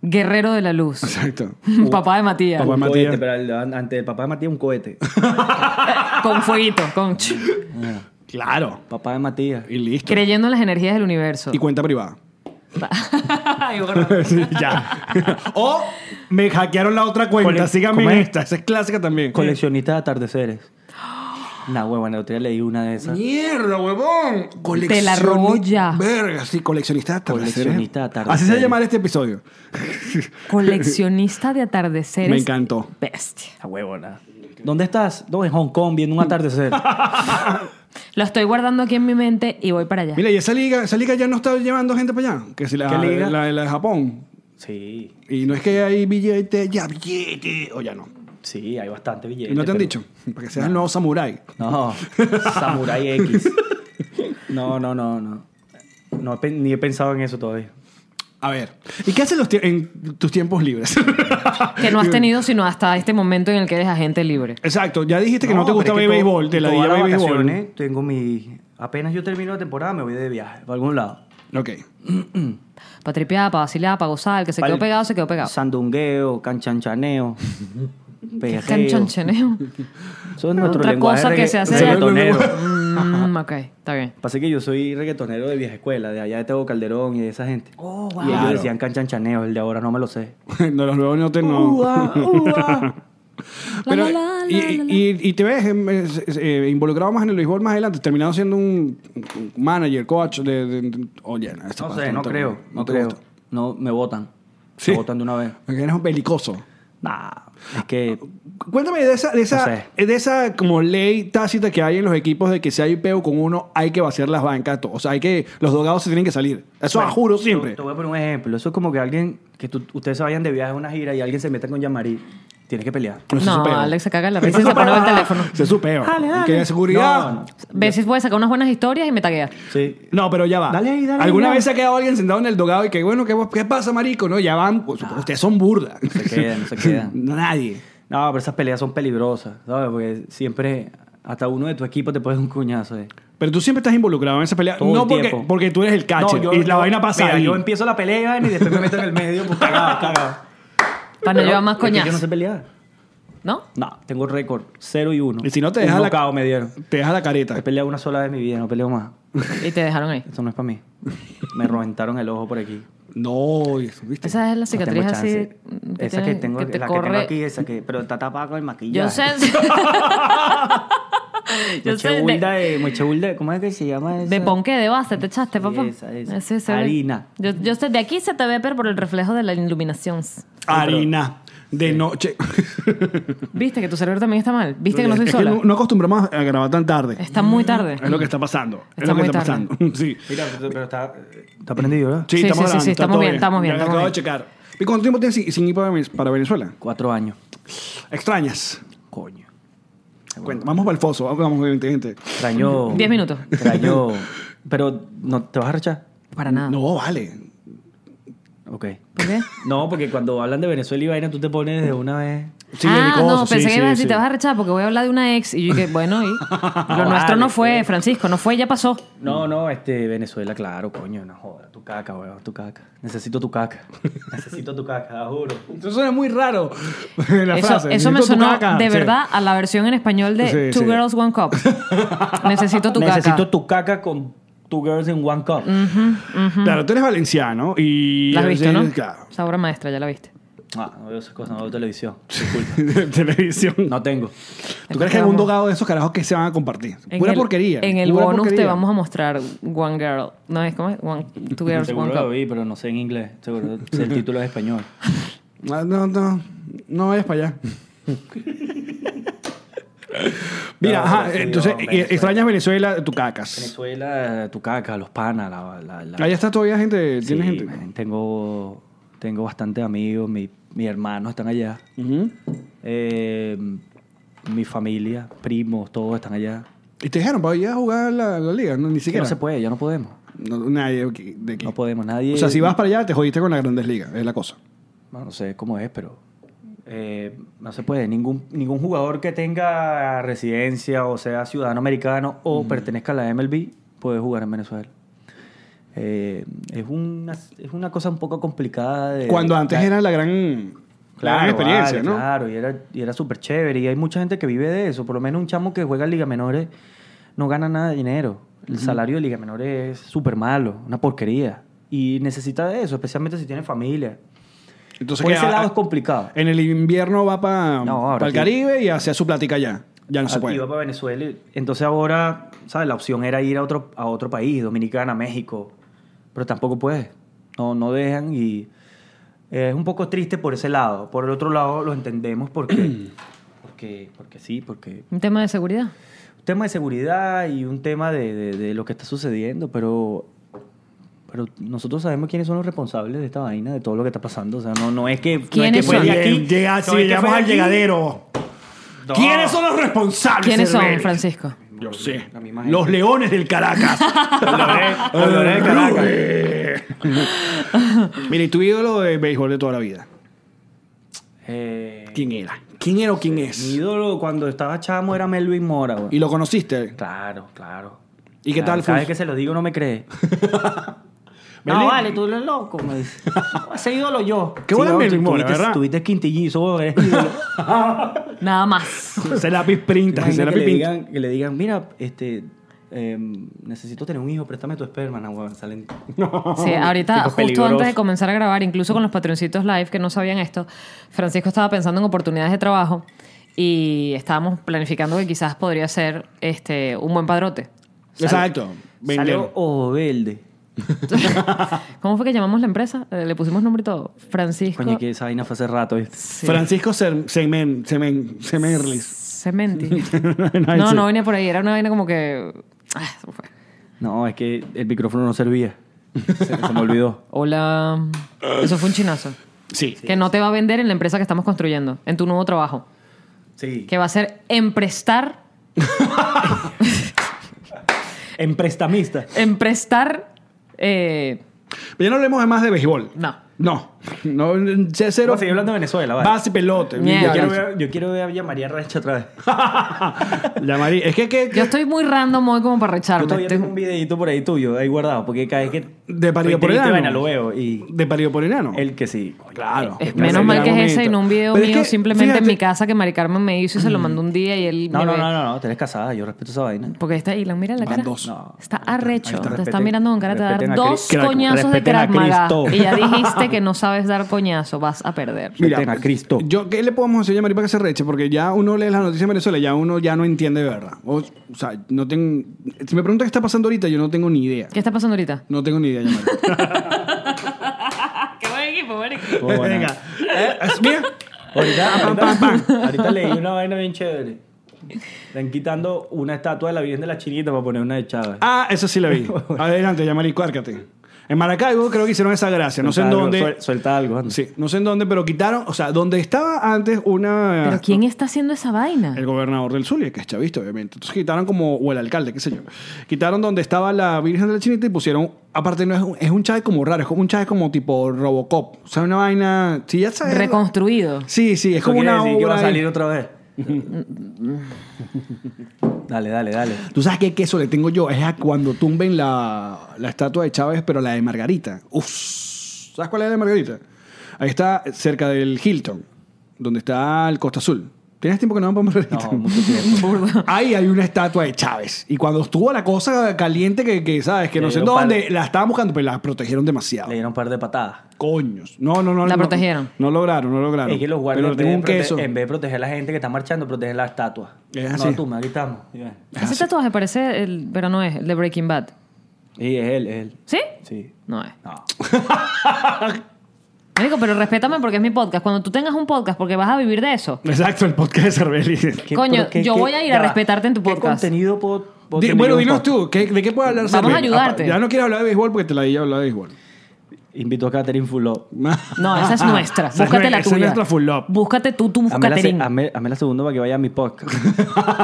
B: guerrero de la luz,
A: Exacto.
B: papá de Matías,
A: Papá de
C: Un
A: Matías.
C: cohete, pero al- an- antes del papá de Matías, un cohete.
B: con fueguito, con ch-
A: Claro.
C: papá de Matías.
A: Y listo.
B: creyendo en las energías del universo.
A: Y cuenta privada.
B: Ay, gordo.
A: Sí, ya. o me hackearon la otra cuenta,
C: Cole-
A: síganme
C: ¿cómo
A: en
C: es?
A: esta. Esa es clásica también.
C: Coleccionista de atardeceres. Nah, huevona, la otra día leí una de esas.
A: ¡Mierda, huevón! Coleccioni-
B: Te la robó ya.
A: Verga, sí, coleccionista de atardeceres.
C: Coleccionista de atardeceres.
A: Así se va a llamar este episodio.
B: Coleccionista de atardeceres.
A: Me encantó.
B: Bestia.
C: La huevona. ¿Dónde estás? No, en Hong Kong viendo un atardecer.
B: Lo estoy guardando aquí en mi mente y voy para allá.
A: Mira, y esa liga, esa liga ya no está llevando gente para allá. Que si la,
C: ¿Qué liga?
A: La, la de Japón.
C: sí,
A: Y no es que hay billete, ya billete, o ya no.
C: sí, hay bastante billete.
A: Y no te han
C: pero-
A: dicho, para que seas el nuevo samurái.
C: No, Samurai X. No, no, no, no. No he pen- ni he pensado en eso todavía.
A: A ver, ¿y qué haces los tie- en tus tiempos libres?
B: Que no has tenido sino hasta este momento en el que eres agente libre.
A: Exacto, ya dijiste que no, te
C: pero
A: gustaba
C: es que
A: el
C: todo-
A: béisbol, te la di
C: todas
A: a
C: las
A: béisbol.
C: vacaciones Tengo mi. Apenas yo termino la temporada, me voy de viaje, para algún lado.
A: Ok.
B: Para tripear, para vacilar, para gozar. El que se
C: Pa'l
B: quedó pegado, se quedó pegado.
C: Sandungueo, canchanchaneo, pejeo.
B: Canchoncheneo.
C: Eso es nuestro
B: Otra
C: lenguaje
B: cosa que
C: regga-
B: se hace allá.
C: reggaetonero.
B: Mm, ok, está bien.
C: Pasa que yo soy reggaetonero de vieja escuela, de allá de Teo Calderón y de esa gente.
B: wow.
C: Y ellos
A: Claro.
C: decían canchanchaneo, el de ahora no me lo sé.
A: no, los nuevos no te no.
C: Ua, ua.
A: Pero,
B: La, la, la,
A: y,
B: la, la.
A: y- y te ves em, es- es, eh, involucrado más en el béisbol más adelante, terminado siendo un, un manager, coach de... de- de- oye, no, esta
C: No
A: parte
C: sé, no
A: te-
C: creo, no
A: te
C: creo.
A: gusta.
C: No, me votan.
A: Sí.
C: Me votan de una vez.
A: Porque eres un belicoso.
C: Nah,
A: Ah,
C: es que
A: Cuéntame de esa, de esa,
C: No
A: de esa como ley tácita que hay en los equipos de que si hay peo con uno, hay que vaciar las bancas. to- O sea, hay que, los dogados se tienen que salir. Eso a juro siempre.
C: Te, te voy a poner un ejemplo. Eso es como que alguien, que tú- ustedes se vayan de viaje a una gira y alguien se meta con Yamari. Tienes que pelear.
A: Eso es
B: No,
A: su peo.
B: Alex se caga en la
A: Eso
B: risa y
A: es
B: se
A: su
B: pone a ver
A: peo.
B: el teléfono.
A: Eso es su peo.
C: Ah. Dale, dale.
A: Que de seguridad.
C: No, no.
B: Ves si puedes sacar unas buenas historias y me tagueas.
C: Sí.
A: No, pero ya va.
C: Dale ahí, dale ahí,
A: ¿Alguna
C: dale.
A: vez se ha quedado alguien sentado en el dogado y que, bueno, ¿qué, qué pasa, marico? No, ya van. pues, Ustedes son burda.
C: No se quedan, no se quedan.
A: Nadie.
C: No, pero esas peleas son peligrosas, ¿sabes? Porque siempre, hasta uno de tu equipo te puede un cuñazo. ¿eh?
A: Pero tú siempre estás involucrado en esa pelea.
C: Todo
A: no
C: el
A: porque,
C: tiempo.
A: porque tú eres el cache.
C: No, yo-
A: y la
C: yo-
A: vaina pasa
C: mira,
A: ahí.
C: yo empiezo la pelea y después me meto en el medio, pues cagado, cagado.
B: Para no llevar más
C: Es que Yo no
B: coñazos.
C: sé pelear.
B: ¿No?
C: No, tengo récord 0 y 1.
A: Y si no te
C: un
A: deja la-
C: knockout me dieron.
A: Te deja la
C: He
A: careta.
C: peleado una sola vez en mi vida, no peleo más.
B: Y te dejaron ahí.
C: Eso no es para mí. Me reventaron el ojo por aquí.
A: No, eso, ¿viste?
B: Esa es la
C: No tengo
B: cicatriz así.
C: chance.
B: mm,
C: esa
B: tienes-
C: que tengo,
B: que te
C: la
B: corre.
C: que tengo aquí, esa que, pero está tapada con el maquillaje.
B: Yo sé. Yo sé.
C: Muchebulda
B: De,
C: de, muchebulda de- eh, ¿cómo es que se llama esa?
B: de ponqué, de base, te echaste, papá.
C: Esa, esa.
B: Así se ve.
C: Harina.
B: Yo, yo sé, de aquí se te ve, pero por el reflejo de la iluminación.
A: Harina de noche.
B: Viste que tu cerebro también está mal. Viste que no
A: Es
B: soy
A: que
B: sola.
A: no, no acostumbramos a grabar tan tarde.
B: Está muy tarde.
A: Es lo que está pasando.
B: Está
A: es lo que
B: muy
A: está
B: tarde.
A: pasando. Sí.
C: Mira, pero pero está, está prendido, ¿verdad?
A: Sí,
B: Sí, sí, sí,
A: estamos grabando, está
B: sí, estamos
A: todo
B: bien, estamos bien,
A: Ya
B: estamos
A: acabo de
B: bien.
A: checar. ¿Y cuánto tiempo tienes sin, sin ir para Venez- para Venezuela?
C: Cuatro años.
A: Extrañas.
C: Coño.
A: Cuenta, vamos para el foso. Vamos, gente, gente.
C: Extraño.
B: Diez minutos.
C: Extraño. Pero, ¿no te vas a rechazar?
B: Para nada.
A: No, vale.
C: Ok.
B: ¿Por qué?
C: No, porque cuando hablan de Venezuela y vaina, tú te pones de una vez.
A: Sí,
B: ah,
A: belicoso,
B: no,
A: sí,
B: pensé que
A: sí,
B: ibas a decir,
A: sí.
B: te vas a rechazar porque voy a hablar de una ex. Y yo dije, bueno, y lo
C: vale,
B: nuestro no
A: pues.
B: fue, Francisco, no fue, ya pasó.
C: No, no, este, Venezuela, claro, coño, no joda. Tu caca, weón, tu caca. Necesito tu caca. Necesito tu caca, juro.
A: Eso suena muy raro. la
B: eso
A: frase.
B: eso me
A: Necesito tu
B: sonó
A: caca.
B: de
A: Sí.
B: verdad a la versión en español de
A: Sí,
B: Two
A: sí.
B: Girls, One Cup. Necesito tu
C: Necesito
B: caca. Mm.
C: tu caca con two girls in one cup.
A: Claro, tú eres valenciano y...
B: ¿La has visto,
A: sí,
B: no?
A: Claro.
B: Esa obra maestra, ya la viste.
C: Ah, no veo esas cosas, no veo televisión.
A: De televisión.
C: No tengo.
A: ¿Tú crees que hay un dogado de esos carajos que se van a compartir?
B: En
A: Pura
B: el-
A: porquería.
B: En el
A: pura
B: bonus
A: porquería.
B: te vamos a mostrar One Girl. ¿No es cómo es? One, two Girls, One
C: Seguro lo
B: Cup.
C: vi, pero no sé en inglés. Seguro sé el título es español.
A: Ah, No, no, no vayas para allá. Mira,
C: No,
A: ajá,
C: sí,
A: entonces
C: no,
A: eh,
C: Venezuela.
A: extrañas Venezuela, tu cacas.
C: Venezuela, tu caca, los panas, la. la, la-
A: Allá está todavía gente,
C: Sí,
A: tienes gente.
C: man, tengo, tengo bastante amigos, mi, mis hermanos están allá.
A: Ujú.
C: Eh, mi familia, primos, todos están allá.
A: Y te dijeron, para allá a jugar la, la liga, no, ni
C: Que
A: siquiera.
C: no se puede, ya no podemos.
A: No, nadie aquí- de aquí.
C: No podemos, nadie.
A: O sea, si vas para allá, te jodiste con la Grandes Ligas, es la cosa.
C: Bueno, no sé cómo es, pero. eh, no se puede. Ningún, ningún jugador que tenga residencia o sea ciudadano americano o pertenezca a la MLB puede jugar en Venezuela. Eh, es, una, es una cosa un poco complicada. de-
A: Cuando antes era la gran, la gran experiencia,
C: vale,
A: ¿no?
C: Claro, y era, y era súper chévere. Y hay mucha gente que vive de eso. Por lo menos un chamo que juega en Liga Menores no gana nada de dinero. El salario de Liga Menores es súper malo, una porquería. Y necesita de eso, especialmente si tiene familia.
A: Entonces,
C: Por
A: que
C: ese
A: a-
C: lado es complicado.
A: En el invierno va para
C: No, ahora
A: el
C: sí.
A: Caribe y hacia su plática allá. Ya no se puede.
C: Iba para Venezuela. y- Entonces ahora, ¿sabes? La opción era ir a otro, a otro país, Dominicana, México. Pero tampoco puedes. No, no dejan y eh, es un poco triste por ese lado. Por el otro lado lo entendemos porque, porque, porque sí, porque
B: Un tema de seguridad.
C: un tema de seguridad y un tema de, de- de lo que está sucediendo, pero, pero nosotros sabemos quiénes son los responsables de esta vaina, de todo lo que está pasando. O sea, no, no es que, no es que
B: ¿Quiénes
C: fue
B: son?
C: de
A: Bien,
C: aquí.
A: llega-
C: no
A: si
C: es que
A: llegamos
C: fue de
A: al
C: aquí.
A: llegadero.
C: No.
A: ¿Quiénes son los responsables?
B: ¿Quiénes son,
A: Cervelli?
B: Francisco?
A: Yo sé.
C: La misma gente.
A: Los leones del Caracas.
C: Los
B: ¿eh?
C: Leones del Caracas.
A: Mira, y tu ídolo de béisbol de toda la vida.
C: Eh,
A: ¿Quién era? ¿Quién era o quién
C: mi
A: es?
C: ídolo cuando estaba chamo era Melvin Mora. güey.
A: ¿Y lo conociste?
C: Claro, claro.
A: ¿Y qué
C: Claro,
A: tal
C: Cada
A: fue?
C: vez que se lo digo no me cree.
A: Melvin-
C: no, vale, tú eres loco. Me dice. Ese ídolo yo.
A: Qué buena
C: no, tú-
A: Melvin Mora,
C: tuviste-
A: ¿verdad?
C: Tuviste quintillizo, vos, eres ídolo.
B: Nada más.
A: Se la pisprinta, se
C: Imagina
A: la
C: que, le
A: pisprinta.
C: digan, que le digan, mira, este, em, necesito tener un hijo, préstame tu esperma, no, weón, salen.
B: Sí, ahorita,
C: Tipo
B: justo
C: peligroso.
B: antes de comenzar a grabar, incluso con los patroncitos live que no sabían esto, Francisco estaba pensando en oportunidades de trabajo y estábamos planificando que quizás podría ser este, un buen padrote.
A: Exacto.
C: Salió
A: Vender.
C: ojo verde.
B: ¿Cómo fue que llamamos la empresa? Eh, Le pusimos nombre y todo. Francisco
C: Coño, que esa vaina fue hace rato. ¿eh?
A: Francisco Sem- Semen, Semen, Semerlis.
B: Cementi. No, no venía por ahí. Era una vaina como que... Ah, se me fue.
C: No, es que el micrófono no servía. Se, se me olvidó.
B: Hola. Eso fue un chinazo.
A: Sí.
B: Que no te va a vender en la empresa que estamos construyendo, en tu nuevo trabajo.
C: Sí.
B: Que va a ser emprestar,
C: Emprestamista.
B: emprestar... eh,
A: Pero ya no hablemos más de béisbol.
B: no.
A: No. No, sé cero.
C: Vamos a seguir hablando de Venezuela, vale.
A: Base y pelote.
B: Mierda.
C: Yo
A: Ya,
C: quiero,
A: ya.
C: ver, yo quiero ver a María Rancha otra vez.
A: Ah, La María. Es que, que-
B: Yo estoy muy random hoy como para
C: Yo
B: recharme.
C: todavía
B: Estoy-
C: tengo un videito por ahí tuyo, ahí guardado, porque cada vez que.
A: De parido
C: Estoy
A: por
C: triste,
A: enano.
C: vaina, lo veo y.
A: de parido por enano.
C: Él que sí.
A: Claro.
B: Es
A: Me
B: menos
A: parece
B: mal que
A: era
B: es ese
A: bonito.
B: y no un video
A: Pero es
B: mío
A: que,
B: simplemente en
A: fíjate,
B: mi casa que Mari Carmen me hizo y se lo mandó un día y él
C: Mm. No,
B: me
C: no,
B: ve.
C: no, no, no, tú eres casada, yo respeto esa vaina.
B: Porque está ahí, mira la
A: Van
B: cara.
A: dos.
C: No.
B: Está arrecho.
C: Ahí está.
B: te está
C: Respeten-
B: mirando con cara de
C: respeten
B: dar
C: a
B: dos
C: Cristo.
B: coñazos de
C: Respeten a
B: Krav Maga.
C: Cristo.
B: Y ya dijiste que no sabes dar coñazo. Vas a perder.
C: Respeten a Cristo.
A: pues, Yo, ¿qué le podemos enseñar a Mari para que se reche? Porque ya uno lee las noticias en Venezuela, ya uno ya no entiende de verdad. O, o sea, no tengo. Si me preguntas qué está pasando ahorita, yo no tengo ni idea.
B: ¿Qué está pasando ahorita?
A: No tengo ni idea, ya, Mari.
B: Ah, Qué buen equipo, buen equipo.
C: Oh, buena.
A: Venga. Eh, mira.
C: Ahorita,
A: Pam,
C: ahorita-
A: pam,
C: ahorita leí una vaina bien chévere. Están quitando una estatua de la Virgen de la Chinita para poner una de Chávez.
A: Ah, eso sí la vi. Adelante, ya, Mari, cuárcate. En Maracaibo creo que hicieron esa gracia. No sé en
C: Suelta algo,
A: dónde.
C: suel- Suelta algo. anda.
A: Sí, no sé en dónde, pero quitaron. O sea, donde estaba antes una.
B: Pero ¿quién está haciendo esa vaina?
A: El gobernador del Zulia, que es chavista, obviamente. Entonces quitaron como, o el alcalde, qué sé yo. Quitaron donde estaba la Virgen de la Chinita y pusieron, aparte no es un, es un chave como raro, es como un chave como tipo Robocop. O sea, una vaina, sí, ya sabes.
B: Reconstruido.
A: Sí, sí, es
C: Eso
A: como
C: quiere
A: una
C: decir que va a
A: obra. ahí.
C: salir otra vez. dale, dale, dale.
A: Tú sabes qué queso le tengo yo, es a cuando tumben la, la estatua de Chávez, pero la de Margarita. Uf, ¿sabes cuál es la de Margarita? Ahí está, cerca del Hilton, donde está el Costa Azul. ¿Tienes tiempo que no vamos por Margarita?
C: No, mucho tiempo.
B: Burda.
A: Ahí hay una estatua de Chávez. Y cuando estuvo la cosa caliente, que, que, sabes, que
C: Le
A: no sé
C: dieron
A: dónde,
C: palo.
A: la estaban buscando, pero la protegieron demasiado.
C: Le dieron un par de patadas.
A: Coños. No, no, no.
B: La
A: no,
B: protegieron.
A: No lograron, no lograron.
C: Es que los guardias,
A: pero
C: en
A: tengo
C: vez,
A: un
C: de prote-
A: queso.
C: en vez de proteger a la gente que está marchando, protegen la estatua.
A: Es así.
C: No, tú, aquí estamos. Y bueno.
B: Ese tatuaje parece el... Pero no es. El de Breaking Bad.
C: Y es él, es él.
B: ¿Sí?
C: Sí.
B: No es.
C: No.
B: Marico, pero respétame porque es mi podcast. Cuando tú tengas un podcast, porque vas a vivir de eso.
A: Exacto, el podcast de Cervelli.
C: ¿Qué-
B: Coño,
C: pero qué-
B: yo
C: qué-
B: voy a ir a
C: ya va.
B: respetarte en tu
C: ¿Qué
B: podcast.
C: contenido puedo, puedo
A: Di-
C: tener
A: bueno,
C: yo en
A: dinos
C: podcast?
A: tú, ¿qué- ¿de qué puede hablar
B: Vamos a
A: Cervelli?
B: ayudarte.
A: Ya no quiero hablar de béisbol porque te la dije hablar de béisbol.
C: Invito a Catherine Fuló.
B: No, esa
C: Ah,
B: es nuestra.
A: Esa es
B: Búscate la
A: nuestra, esa
B: tuya.
A: es nuestra full up.
B: Búscate tú tu
C: Hazme la, se-
B: Caterín.
C: hazme- hazme la segunda para que vaya a mi podcast.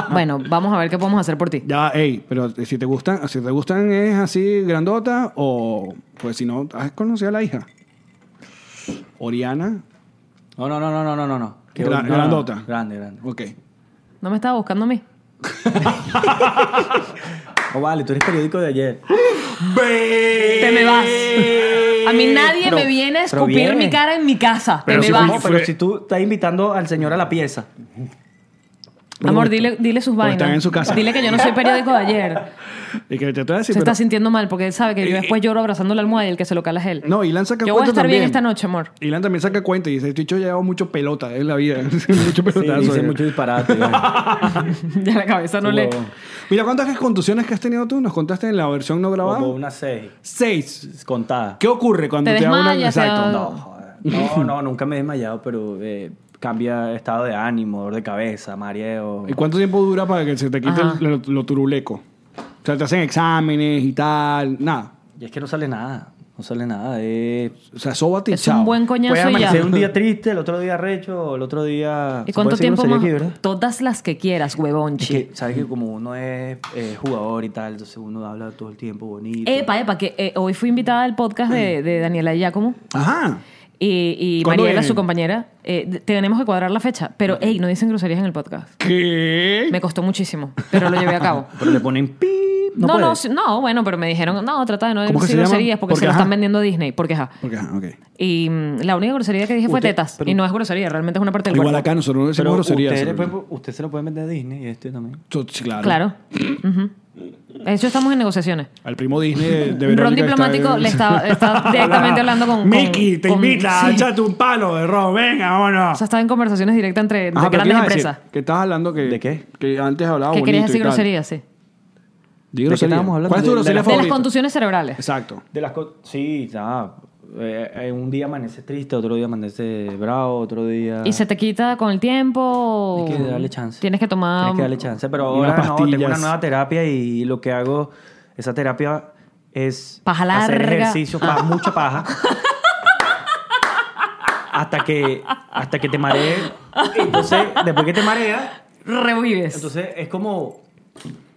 B: Bueno, vamos a ver qué podemos hacer por ti.
A: Ya, ey, pero si te gustan, si te gustan es así grandota o pues si no, has conocido a la hija. Oriana.
C: No, no, no, no, no, no, no, no. Que-
A: Gra-
C: no, no, no.
A: grandota.
C: Grande, grande.
A: Ok.
B: No me estaba buscando a mí.
C: Oh, vale, tú eres periódico de ayer.
B: Te me vas. A mí nadie
C: Pero-
B: me viene a
C: pero
B: escupir
C: viene.
B: mi cara en mi casa. Te
A: Ah, Pero
B: me
A: si
C: No,
B: vas.
C: pero si tú estás invitando al señor a la pieza.
A: Me
B: Amor,
A: gusta.
B: dile, dile sus
A: Porque
B: vainas.
A: Están en su casa.
B: Dile que yo no soy periódico de ayer.
A: Y que te estoy a decir,
B: se
A: pero- Eh,
B: está sintiendo mal porque él sabe que yo después lloro abrazando la almohada y el que se lo cala es él.
A: No, Ilan saca
B: Yo voy a
A: cuenta
B: estar bien
A: también.
B: esta noche, amor.
A: Ilan también saca cuenta y dice, este bicho ha llevado mucho pelota en la vida. mucho pelotazo. eh".
C: dice mucho disparate.
B: Ya la cabeza no le.
C: Huevón.
A: Mira, ¿cuántas contusiones que has tenido tú? Nos contaste en la versión no grabada.
C: Como una seis.
A: Seis.
C: Contada.
A: ¿Qué ocurre cuando te,
B: Te
A: da una...
B: desmayas, te da-
C: No, joder. no, no, nunca me he desmayado, pero eh, cambia estado de ánimo, dolor de cabeza, mareo.
A: ¿Y cuánto tiempo dura para que se te quite
B: Ajá.
A: el- lo, lo turuleco? O sea, te hacen exámenes y tal, nada.
C: Y es que no sale nada, no sale nada. eh,
A: O sea, sóbate y
B: Es
A: chao.
B: un buen coñazo
C: puede
B: y ya.
C: amanecer un día triste, el otro día recho, el otro día...
B: ¿Y
C: ¿se puede
B: cuánto
C: decir
B: tiempo
C: grosería
B: más?
C: aquí, verdad?
B: Todas las que quieras,
C: Es
B: huevonchi.
C: que, ¿sabes que Como uno es eh, jugador y tal, entonces uno habla todo el tiempo bonito.
B: Epa, epa, que eh, hoy fui invitada al podcast de, de Daniela y Giacomo
A: Ajá.
B: y, y
A: Mm. ¿Cuándo
B: Mariela,
A: vienen?
B: su compañera. Eh, de- tenemos que cuadrar la fecha, pero ey, no dicen groserías en el podcast.
A: ¿Qué?
B: Me costó muchísimo, pero lo llevé a cabo.
C: Pero le ponen pi. No,
B: No, no,
C: puede.
B: sí- no, bueno, pero me dijeron, no, trata de no
A: ¿Cómo que
B: decir
A: se llama?
B: groserías porque,
A: Porque
B: se lo
A: ajá.
B: están vendiendo a Disney, porque ajá.
A: Porque, ajá, ok.
B: Y mm, la única grosería que dije fue
C: Usted-
B: tetas.
C: pero-
B: y no es grosería, realmente es una parte del
A: Igual
B: cuerpo.
A: acá nosotros no
C: Pero
A: decimos groserías.
C: usted, le
A: pero-
C: puede- usted se lo puede meter a Disney y este también.
A: Tú- sí, Claro.
B: Claro. Ujú. De hecho, estamos en negociaciones.
A: Al primo Disney de, de Verónica
B: Ron
A: está-
B: diplomático le está, está directamente hablando con. con-
A: Mickey, te
B: con-
A: invita,
B: sí.
A: échate un palo de ron, venga, vámonos.
B: O sea, está en conversaciones directas entre
A: Ajá, Ah, pero ¿qué
B: grandes
A: ibas a decir?
B: empresas.
A: Que estabas hablando que...
C: ¿De qué?
A: Que antes hablaba
B: Que
A: bonito
B: querías
A: y
B: decir
A: tal.
B: groserías, sí.
A: Di
C: qué
A: grosería.
C: estábamos hablando?
A: ¿Cuál es tu grosería
C: De- de la-
B: De las
A: favorita?
B: contusiones cerebrales.
A: Exacto.
C: De las cosas. Sí, ya. Eh, eh, un día amanece triste, otro día amanece bravo, otro día.
B: Y se te quita con el tiempo.
C: Hay que darle chance.
B: Tienes que tomar.
C: Tienes que darle chance. Pero
A: Unas
C: ahora no, tengo una
A: pastillas.
C: nueva terapia y lo que hago, esa terapia es.
B: Paja
C: Hacer
B: larga. Ah.
C: ejercicio, pa- mucha paja. hasta que hasta que te marees. Entonces, después que te mareas,
B: Revives.
C: entonces es como.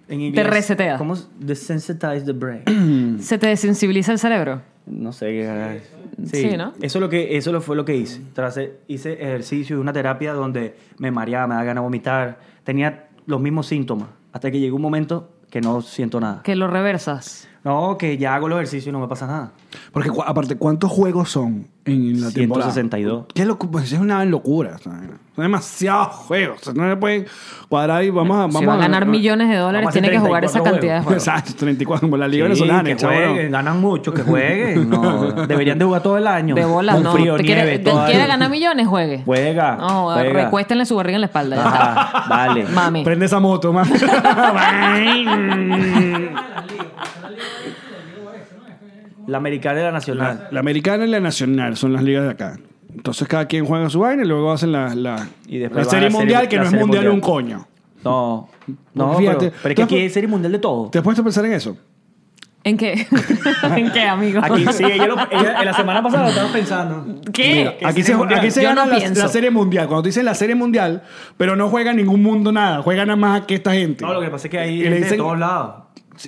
C: En inglés.
B: resetea.
C: ¿Cómo? es? Desensitize the brain.
B: Mm. se te desensibiliza el cerebro.
C: No sé qué.
B: Sí, ¿no?
C: Eso, lo que, eso lo fue lo que hice. Tras, e, hice ejercicio y una terapia donde me mareaba, me daba ganas de vomitar. Tenía los mismos síntomas. Hasta que llegó un momento que no siento nada.
B: Que lo reversas.
C: No, que ya hago los ejercicios y no me pasa nada.
A: Porque cu- aparte, ¿cuántos juegos son en la temporada?
C: 162.
A: Qué locu- pues, es una locura. esta vaina. Son demasiados juegos. O sea, no le pueden cuadrar y vamos a... Vamos
B: si va a ganar millones de dólares,
C: vamos a
B: tiene que jugar esa
C: 34
B: cantidad de juegos.
A: Exacto, 34. Como la Liga
C: Sí,
A: Venezolana,
C: que
A: chaval.
C: jueguen, ganan mucho, que jueguen. No, deberían de jugar todo el año.
B: De bola,
C: Con
B: no.
C: frío,
B: ¿Te quiere,
C: nieve,
B: te-
C: todo
B: quiere
C: el-
B: ganar millones? Juegue.
C: Juega,
B: No, joda,
C: juega.
B: recuéstenle su barriga en la espalda. ya
C: Ajá, Ah, vale.
B: está. Mami.
A: Prende esa moto, man.
C: La americana y la nacional.
A: la americana y la nacional son las ligas de acá. Entonces cada quien juega su vaina y luego hacen la, la,
C: Y
A: la
C: después van a
A: serie
C: hacer
A: mundial, que
C: la
A: no es
C: serie
A: mundial,
C: mundial.
A: un coño.
C: No, no,
A: Porque fíjate,
C: pero, pero es que
A: tú has-
C: aquí hay serie mundial de todo.
A: ¿Te has puesto a pensar en eso?
B: ¿En qué? ¿En qué, amigo?
C: Aquí sí, ella, lo- ella- en la semana pasada lo estaba pensando.
B: ¿Qué?
A: Mira,
C: ¿Qué
A: aquí
C: serie
A: se,
C: mundial?
A: aquí se
B: Yo
A: gana
B: no
A: la,
B: pienso.
A: la serie mundial. Cuando te dicen la serie mundial, pero no juega ningún mundo nada. Juega nada más que esta gente.
C: No, lo que pasa es que hay
A: Y le
C: gente de
A: dicen-
C: todos lados.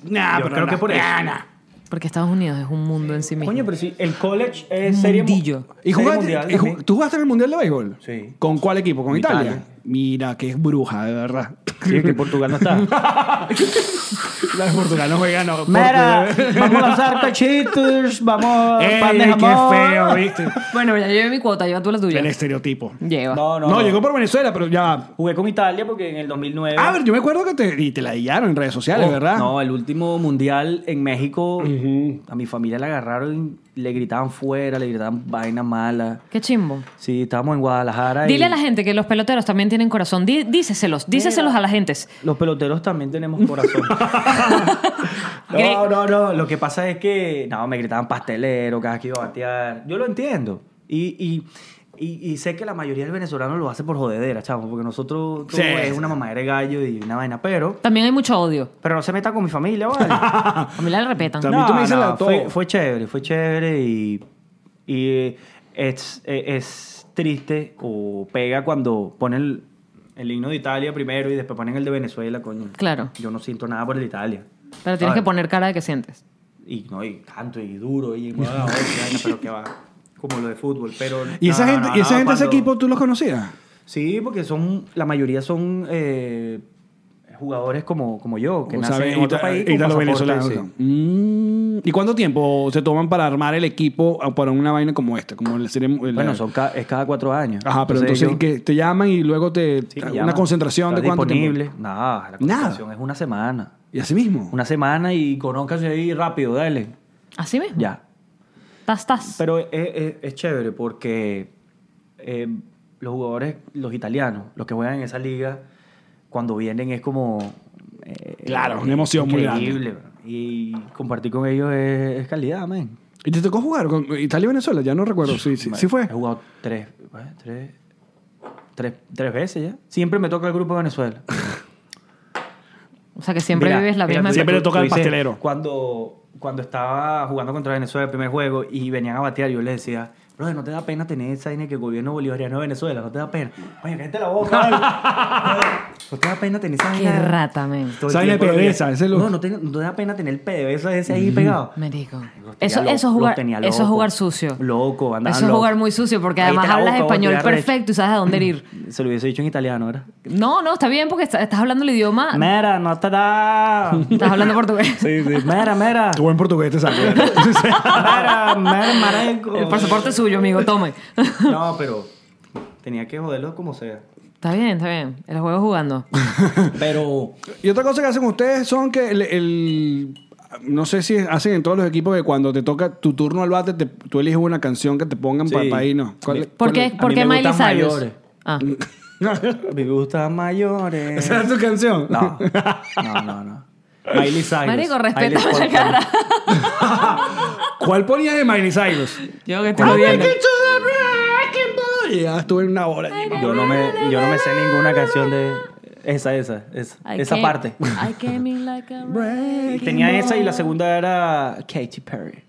A: Nah,
C: Yo
A: pero
C: creo
A: nah,
C: que por eso.
A: nah, nah.
B: Porque Estados Unidos es un mundo en sí mismo.
C: Coño, pero sí, el college es serie mu-
B: Mundillo.
A: ¿Y
C: serie
A: jugaste-
C: mundial
A: y ju-
C: también.
A: ¿Tú jugaste en el mundial de béisbol?
C: Sí.
A: ¿Con cuál equipo? ¿Con
C: Con
A: Italia?
C: Italia.
A: Mira, que es bruja, de verdad.
C: Sí, que Portugal no está.
A: la de Portugal no juega, no.
C: Mira,
A: Portugal.
C: vamos a lanzar cachitos, vamos
A: Ey,
C: pan de
A: qué
C: jamón.
A: feo, ¿viste?
B: Bueno, ya llevé mi cuota, lleva tú la tuya.
A: El estereotipo.
B: Lleva.
C: No,
A: No,
C: no, no.
A: llegó por Venezuela, pero ya.
C: Jugué con Italia porque en el 2009...
A: A ver, yo me acuerdo que te, y te la dillaron en redes sociales,
C: Oh,
A: Ah, ¿verdad?
C: No, el último mundial en México, a mi familia la agarraron, y le gritaban fuera, le gritaban vaina mala.
B: Qué chimbo.
C: Sí, estábamos en Guadalajara. y
B: Dile a la gente que los peloteros también tienen corazón. Di- díceselos, díceselos a la gente.
C: Los peloteros también tenemos corazón. no, no, no. Lo que pasa es que, no, me gritaban pastelero cada que iba a batear. Yo lo entiendo. Y, y, y, y sé que la mayoría del venezolano lo hace por jodedera, chavo, porque nosotros todo
A: Sí.
C: es una mamadera de gallo y una vaina, pero,
B: También hay mucho odio.
C: pero no se meta con mi familia, ¿vale?
B: A mí la respetan.
A: También tú me dices la de todo.
C: Fue, fue chévere, fue chévere y, y, eh, es, eh, es triste o pega cuando ponen el, el himno de Italia primero y después ponen el de Venezuela, coño.
B: Claro.
C: Yo no siento nada por el de Italia.
B: Pero tienes que
C: Ay.
B: poner cara de que sientes.
C: Y, no, y canto y duro y bueno, oye, vaina, pero que va. Como lo de fútbol, pero...
A: Y esa
C: eh. no,
A: gente,
C: no,
A: y esa
C: no,
A: gente ese
C: cuando-
A: equipo, ¿tú los conocías?
C: Sí, porque son... La mayoría son... eh, jugadores como, como yo, que
A: O
C: nacen
A: sabe,
C: en otro
A: ita-
C: país con
A: ítalo
C: pasaporte,
A: venezolano.
C: sí.
A: ¿no? Mm, ¿Y cuánto tiempo se toman para armar el equipo ah, para una vaina como esta? Como la serie, la-
C: Bueno, son ca- es cada cuatro años.
A: Ajá, pero entonces,
C: yo-
A: que te llaman y luego te.
C: Sí,
A: una
C: llaman.
A: concentración
C: Está
A: de cuánto
C: disponible.
A: tiempo.
C: Nada,
A: Nada.
C: la concentración es una semana.
A: Y así mismo.
C: Una semana y conózcanse ahí rápido, dale.
B: Así mismo.
C: Ya.
B: Tas, tas.
C: Pero es, es- es chévere porque eh, los jugadores, los italianos, los que juegan en esa liga, cuando vienen es como... eh,
A: Claro, una emoción muy grande.
C: increíble, bro. Y compartir con ellos es, es calidad, man.
A: ¿Y te tocó jugar con Italia y Venezuela? Ya no recuerdo. Sí, sí, sí fue.
C: He jugado tres, bueno, tres, tres, tres veces ya. Siempre me toca el grupo de Venezuela.
B: o sea que siempre
C: Mira,
B: vives la
C: mira,
B: misma
C: tú-
A: Siempre le toca
C: tú
A: al
C: dices,
A: pastelero.
C: Cuando, cuando estaba jugando contra Venezuela el primer juego y venían a batear, yo les decía, brother, no te da pena tener esa vaina que el gobierno bolivariano de Venezuela, no te da pena. Oye, cállate la boca. vale. no te da pena tener esa
B: Qué
C: vaina.
B: rata, men.
C: todo el
A: Esa vaina de
C: tiempo,
A: PDVSA,
C: oye,
A: ese es lo-
C: No, no te, no te da pena tener el PDVSA ese ahí pegado.
B: Marico.
C: Los tenía
B: Eso,
C: lo-
B: eso, es
C: los
B: jugar,
C: tenía
B: eso es
C: loco.
B: jugar sucio.
C: Loco, andaban
B: Eso es jugar
C: locos.
B: muy sucio porque
C: Cállate
B: además
C: la
B: hablas
C: boca, vos,
B: español
C: te arrecho.
B: perfecto y sabes a dónde ir.
C: Se lo hubiese dicho en italiano, ¿verdad?
B: No, no, está bien porque está- estás hablando el idioma.
C: Mera, no te da.
B: Estás hablando portugués.
C: Sí, sí. Mera, mera.
A: Tu buen portugués este te sale.
C: mera, mera, marenco.
B: El pasaporte es suyo, amigo, tome.
C: No, pero tenía que joderlo como sea.
B: Está bien, está bien. El juego jugando.
C: Pero
A: Y otra cosa que hacen ustedes son que el, el- no sé si hacen en todos los equipos que cuando te toca tu turno al bate, te- tú eliges una canción que te pongan
C: Sí.
A: para ahí, ¿no? ¿Cuál-
B: ¿Por
A: cuál-
B: qué,
C: mí
B: por qué
C: me
B: Miley
C: gustan
B: Cyrus?
C: mayores.
B: Ah,
C: a mí me gustan mayores.
A: ¿Esa es tu canción?
C: No, no, no. no. Miley Cyrus.
B: Marico, respeta
C: Miley
B: la
C: Cyrus.
B: cara.
A: ¿Cuál ponía de Miley Cyrus?
B: yo que estoy viendo.
A: Y ya estuve en una hora. allí.
C: Yo no, me, yo no me sé ninguna canción de... Esa, esa, esa.
B: I
C: esa
B: came-
C: parte.
B: I came in like a wrecking
C: Tenía esa y la
B: ball.
C: segunda era Katy Perry.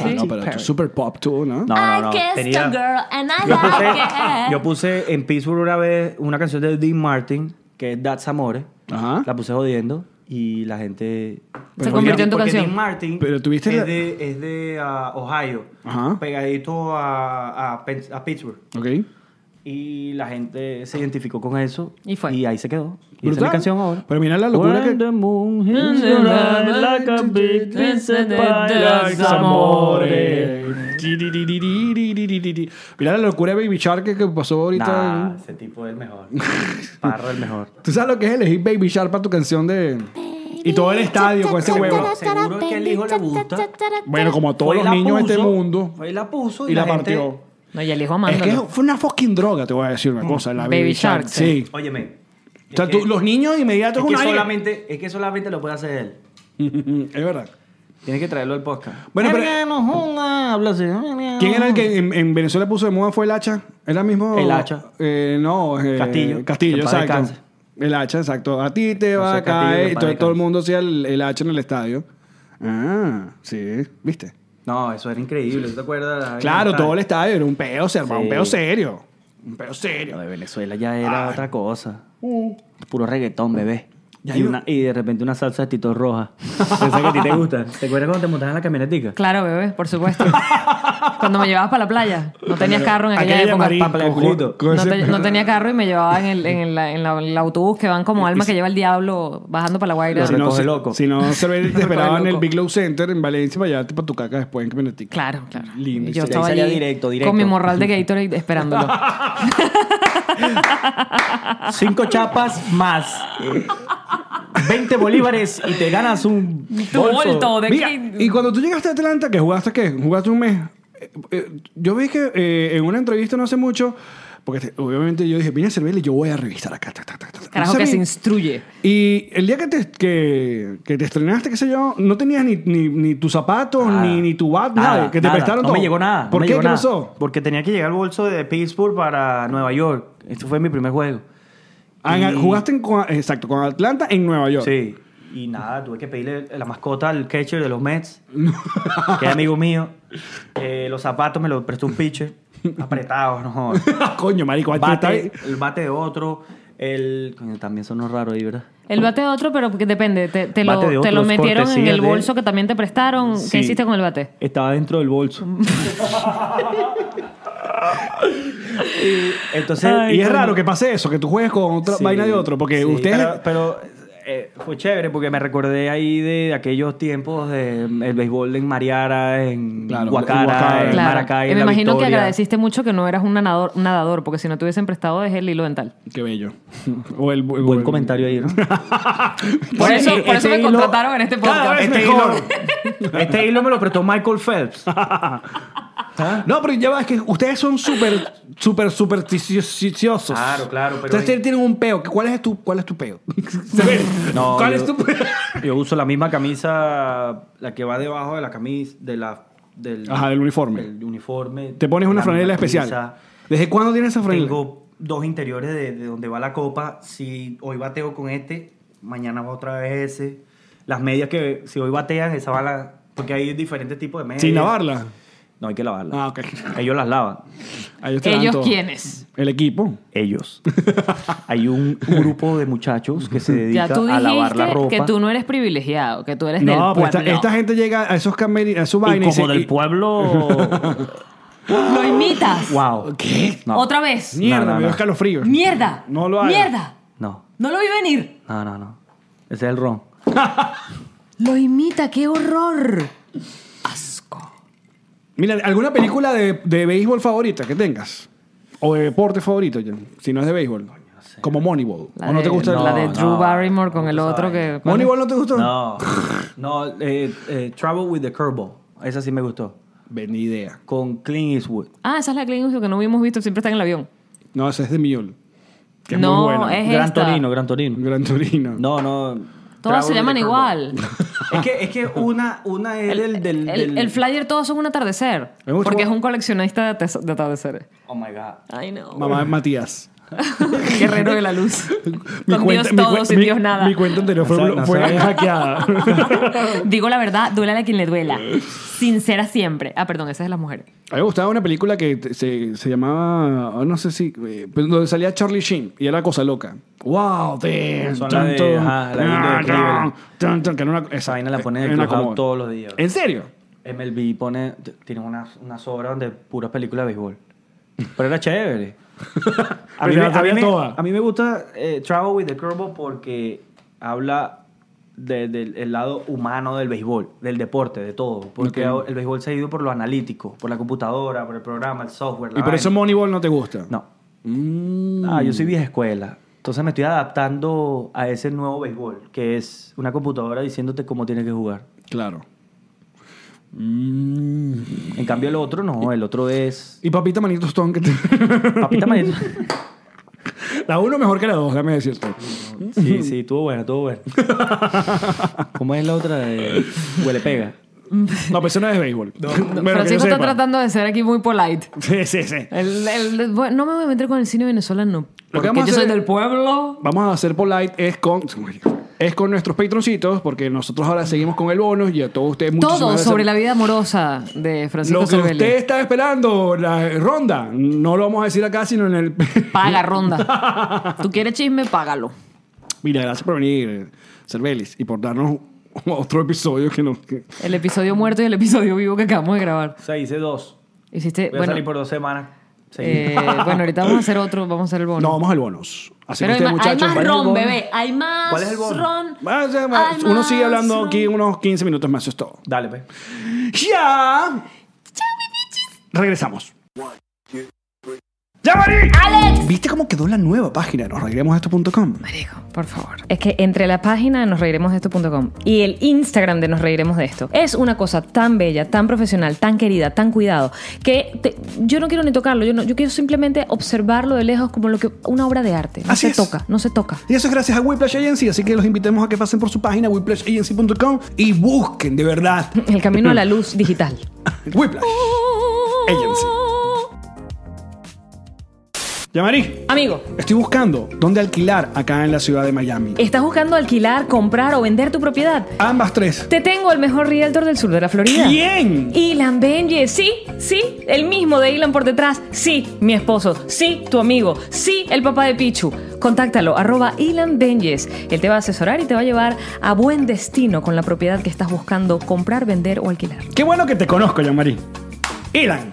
A: Ah, no, pero tú super pop tú, ¿no?
C: No, no, no.
B: I kissed
C: Tenía-
B: a girl and I
C: Yo
B: like
C: puse,
B: it.
C: yo puse en Pittsburgh una vez una canción de Dean Martin, que es That's Amore.
A: Ajá.
C: La puse jodiendo y la gente...
B: Se convirtió en tu
C: Porque
B: canción.
C: Dean Martin
A: Pero tuviste
C: es
A: la-
C: de, es de, ah, Ohio,
A: Ajá.
C: pegadito a, a Pen- a Pittsburgh.
A: Ok.
C: Y la gente se identificó con eso.
B: Y fue.
C: Y ahí se quedó. Y esa es
A: Brutal.
C: mi canción ahora.
A: Pero mira la locura
C: When
A: que-
C: the moon hits the light like a big vincent by like amore.
A: Mira la locura de Baby Shark que que pasó ahorita.
C: Nah, ese tipo es el mejor. Parro el mejor.
A: ¿Tú sabes lo que es elegir Baby Shark para tu canción de... Y todo el estadio con ese huevo.
C: Seguro que el hijo le gusta.
A: Bueno, como a todos
C: Fue y
A: los
C: la
A: niños de este
C: puso,
A: mundo.
C: fue y la puso y,
A: Y la
C: gente-
A: partió.
B: No, ya elijo
A: Es que
B: amándolo.
A: fue una fucking droga, te voy a decir una cosa. La Baby,
B: Baby
A: Shark,
B: Shark,
A: sí.
C: Óyeme.
A: O sea,
C: es
A: tú-
C: que-
A: los niños inmediatos
C: es
A: con
C: que
A: una vaina-
C: solamente, es que solamente lo puede hacer él.
A: es verdad.
C: Tienes que traerlo al podcast.
A: Bueno, pero-
C: Habla así.
A: ¿Quién era el que en, en Venezuela puso de moda fue el hacha? ¿Era mismo?
C: El hacha.
A: Eh, no, eh,
C: Castillo.
A: Castillo,
C: Que en paz
A: exacto.
C: descanse.
A: El hacha, exacto. A ti te va a
C: José Castillo, que
A: caer.
C: en
A: Y todo,
C: paz
A: todo el
C: descanse.
A: mundo hacía el, el hacha en el estadio. Ah, sí, viste.
C: No, eso era increíble, ¿tú te acuerdas?
A: claro, todo el
C: el
A: estadio era un pedo, se armaba
C: Sí.
A: un pedo serio. Un pedo serio.
C: de Venezuela ya era
A: Ay.
C: otra cosa.
B: Uh.
C: Puro reggaetón, bebé.
A: Ya
C: Y,
A: yo-
C: una- y de repente una salsa de Tito Roja. Esa que a ti te gusta. ¿Te acuerdas cuando te montabas en la camionetica?
B: Claro, bebé, por supuesto. Cuando me llevabas para la playa, no tenías carro en aquella
A: Aquella
B: época.
A: marín
C: papel de
A: con-
C: culito.
A: con
B: no,
A: ese-
B: te- no tenía carro y me llevaba en el, en el- en la- en el autobús que van como alma que lleva el diablo bajando para la Guaira.
C: Lo
A: Si no,
C: recoge
A: se-
C: loco.
A: Si no, se ve- te
B: Lo
A: esperaban en
B: recoge
A: el
B: loco.
A: Big Low Center en Valencia para llevarte para tu caca después en camionetica.
B: Claro, claro.
A: Lindo,
B: Y
A: sí.
B: Yo estaba
C: Ahí
B: allí
C: salía directo, directo.
B: con mi morral de Gatorade esperándolo.
C: Cinco chapas más 20 bolívares y te ganas un
B: Tu
C: bolso.
B: volto de
A: Mira,
B: que-
A: y cuando tú llegaste a Atlanta, que jugaste qué? Jugaste un mes. Eh, eh, yo vi que eh, en una entrevista no hace mucho, porque te- obviamente yo dije, vine a servirle, yo voy a revisar acá. ta, ta, ta, ta, ta".
B: Carajo
A: No
B: que se
A: sabía.
B: instruye.
A: Y el día que te, que, que te estrenaste, qué sé yo, no tenías ni, ni, ni tus zapatos,
C: Nada.
A: ni, ni tu bat, nada, que te
C: nada.
A: prestaron
C: no
A: todo.
C: me llegó nada. no
A: ¿Por
C: me
A: qué?
C: llegó
A: ¿Qué
C: nada.
A: pasó?
C: Porque tenía que llegar el bolso de Pittsburgh para Nueva York. Esto fue mi primer juego.
A: Ah, en-
C: Y-
A: Jugaste en- con, exacto, con Atlanta en Nueva York.
C: Sí. Y nada, tuve que pedirle la mascota al catcher de los Mets, que es amigo mío. Eh, los zapatos me los prestó un pitcher. Apretados, no jodas.
A: Ah, Coño, marico, ahí está-
C: Bate, el bate de otro. El... coño, también sonó raro ahí, ¿verdad?
B: El bate de otro, pero que depende. Te, te lo,
C: Bate de
B: te lo
C: otros,
B: metieron en
C: cortesía
B: el
C: de-
B: bolso que también te prestaron.
C: Sí.
B: ¿Qué hiciste con el bate?
C: Estaba dentro del bolso. Y entonces...
A: y es raro que pase eso, que tú juegues con otra
C: Sí,
A: vaina de otro, porque
C: sí,
A: ustedes...
C: Pero, pero eh, fue chévere porque me recordé ahí de aquellos tiempos del béisbol en Mariara, en
A: Claro,
C: Guacara,
A: en Guacara.
C: en
B: Claro.
C: Maracay.
B: Y
C: en
B: me
C: La
B: imagino que
C: Victoria.
B: agradeciste mucho que no eras un nadador, un nadador, porque si no te hubiesen prestado es el hilo dental.
A: Qué bello. O el, o el-
C: Buen comentario ahí, ¿no?
B: Por
C: Sí,
B: eso, por eso me
C: hilo-
B: contrataron en este podcast.
C: Claro, este,
A: mejor.
C: Hilo, este hilo me lo prestó Michael Phelps.
A: No, pero ya va, es que ustedes son súper, súper supersticiosos.
C: Claro, claro, pero-
A: Ustedes tienen- tienen un peo. ¿Cuál es tu, cuál es tu peo? ¿Sabes?
C: No,
A: ¿Cuál
C: yo-
A: es tu peo?
C: Yo uso la misma camisa, la que va debajo de la camisa, de la, del,
A: Ajá, del uniforme.
C: del uniforme.
A: Te pones una
C: La
A: franela
C: misma
A: especial.
C: camisa.
A: ¿Desde cuándo tienes esa franela?
C: Tengo dos interiores de, de donde va la copa. Si hoy bateo con este, mañana va otra vez ese. Las medias que si hoy batean, esa va la... Porque hay diferentes tipos de medias.
A: Sin lavarla.
C: No, hay que lavarla.
A: Ah, ok.
C: Ellos las lavan.
A: Ah, ellos te dan
B: ¿Ellos
A: todo.
B: quiénes?
A: El equipo.
C: Ellos. hay un grupo de muchachos que se dedica
B: Ya tú
C: a lavar la
B: dijiste
C: ropa.
B: que tú no eres privilegiado, que tú eres del
A: No, pues
B: pueblo.
A: esta, esta gente llega a esos camerinos, a esos
C: Y
A: vainas.
C: como
A: se-
C: del pueblo...
B: Lo imitas.
C: wow.
A: ¿Qué?
C: No.
B: Otra vez.
A: Mierda,
C: No, no,
A: me dio
C: no.
A: escalofrío.
B: Mierda.
A: No lo hagas.
B: Mierda.
C: No,
B: No lo vi venir.
C: no, no, no. Ese es el ron.
B: Lo imita, qué horror. Asco.
A: Mira, ¿alguna película de, de béisbol favorita que tengas? O de deporte favorito, ya, si no es de béisbol. Como Moneyball.
B: La
A: ¿O no
B: de-
A: te gusta?
B: la de
C: No,
B: Drew
C: no.
B: Barrymore con el otro que. ¿cuál es?
A: ¿Moneyball no te gustó?
C: No, no, eh, eh, Travel with the Curveball. Esa sí me gustó.
A: Ve, Ni idea.
C: Con Clint Eastwood.
B: Ah, esa es la de Clint Eastwood que no habíamos visto, siempre está en el avión.
A: No, ese es de Miol. Que es
B: No,
A: muy bueno.
B: es-
C: Gran
B: esta?
C: Torino, Gran Torino.
A: Gran Torino.
C: No, no. Travel
B: Todas se
C: with
B: llaman
C: the Curveball.
B: igual.
C: Es que, es que una, una es
B: El,
C: del, del,
B: el-
C: del-
B: el flyer todos son un atardecer.
A: Me gusta
B: Porque es
A: cómo-
B: un coleccionista de, ates- de atardeceres.
C: Oh my God.
B: Ay, no.
A: Mamá de Matías.
B: Guerrero de la luz.
A: Mi
B: Con
A: cuenta- mi
B: Dios todo,
A: cuen-
B: sin
A: mi-
B: Dios nada.
A: Mi cuenta anterior fue,
C: No sabe- no
A: fue
C: sabe.
A: hackeada.
B: Digo la verdad, duela a quien le duela. Sincera siempre. Ah, perdón, esa es de las mujeres.
A: A mí me gustaba una película que te- se, se llamaba, oh, no sé si, eh, pero donde salía Charlie Sheen y era cosa loca. Wow, damn.
C: Son la de- ajá, la de
A: Ah,
C: Cleveland.
A: tan, tan, que era una- eh,
C: Esa vaina la ponen en
A: era
C: el
A: una
C: Clubhouse
A: como-
C: todos los días.
A: ¿En serio?
C: MLB pone, t- tiene una, una sobra donde puras películas de béisbol. Pero era chévere.
A: Pero la sabía toda.
C: a mí me gusta eh, Travel with the Curveball porque habla de- del el lado humano del béisbol, del deporte, de todo. Porque
A: Ok.
C: ahora el béisbol se ha ido por lo analítico, por la computadora, por el programa, el software. la
A: y por eso
C: vaina.
A: Moneyball no te gusta.
C: No.
A: Mm.
C: Ah, yo soy vieja escuela. Entonces me estoy adaptando a ese nuevo béisbol, que es una computadora diciéndote cómo tienes que jugar.
A: Claro. Mm.
C: En cambio, el otro no, el otro es.
A: Y papita Manito Stone, que te-
C: Papita manito.
A: la uno mejor que la dos, déjame decirte.
C: Sí, sí, estuvo bueno, estuvo bueno. ¿Cómo es la otra de Huele Pega?
A: No, pero eso no es béisbol. Bueno, que yo
B: Francisco está
A: sepa.
B: tratando de ser aquí muy polite.
A: Sí, sí, sí.
B: El- el- bueno, no me voy a meter con el cine venezolano.
A: Lo que
B: Porque
A: vamos a
B: yo
A: hacer
B: soy
A: es-
B: del pueblo.
A: Vamos a ser polite es con es con nuestros patroncitos porque nosotros ahora seguimos con el bonus y a todos ustedes muchísimas
B: Todo
A: gracias.
B: sobre la vida amorosa de Francisco
A: lo que
B: Cervelli.
A: usted está esperando la ronda no lo vamos a decir acá sino en el
B: Paga, ronda. ¿Tú quieres chisme? Págalo.
A: mira gracias por venir Cervelis y por darnos otro episodio que nos que-
B: El episodio muerto y el episodio vivo que acabamos de grabar.
C: Se hice dos.
B: Hiciste,
C: Voy a
B: bueno,
C: salir por dos semanas. Sí.
B: eh, bueno, ahorita vamos a hacer otro, vamos a hacer el bono.
A: no vamos al bonus así
B: Pero
A: que ustedes
B: hay, más- hay
A: muchachos
B: más
C: ¿cuál es el
B: ron,
C: bono?
B: bebé. Hay más
C: ¿Cuál es el bono?
B: ron.
A: Bueno, ya,
B: Hay
A: uno
B: más
A: sigue hablando
B: ron.
A: aquí unos 15 minutos más eso es todo
C: Dale, pues.
A: ya regresamos ¡Ya, Mari! ¿Viste cómo quedó la nueva página? Nos reiremos a esto.com.
B: Marico, por favor. Es que entre la página de nosreiremosesto.com y el Instagram de Nos Reiremos de Esto, es una cosa tan bella, tan profesional, tan querida, tan cuidado, que te- yo no quiero ni tocarlo, yo, no, yo quiero simplemente observarlo de lejos como lo que una obra de arte. No
A: Así
B: se
A: es.
B: toca, no se toca.
A: Y eso es gracias a Whiplash Agency, así que los invitamos a que pasen por su página whiplashagency.com y busquen de verdad
B: El camino a la luz digital.
A: Whiplash Agency. Yamari,
B: Amigo,
A: estoy buscando dónde alquilar acá en la ciudad de Miami.
B: ¿estás buscando alquilar, comprar o vender tu propiedad?
A: Ambas tres.
B: Te tengo el mejor realtor del sur de la Florida.
A: ¿Quién?
B: Ilan Benje, sí, sí, el mismo de Ilan por detrás, sí, mi esposo, sí, tu amigo, sí, el papá de Pichu. Contáctalo, arroba Ilan Benjes. Él te va a asesorar y te va a llevar a buen destino con la propiedad que estás buscando comprar, vender o alquilar.
A: Qué bueno que te conozco, Yamari. Elan.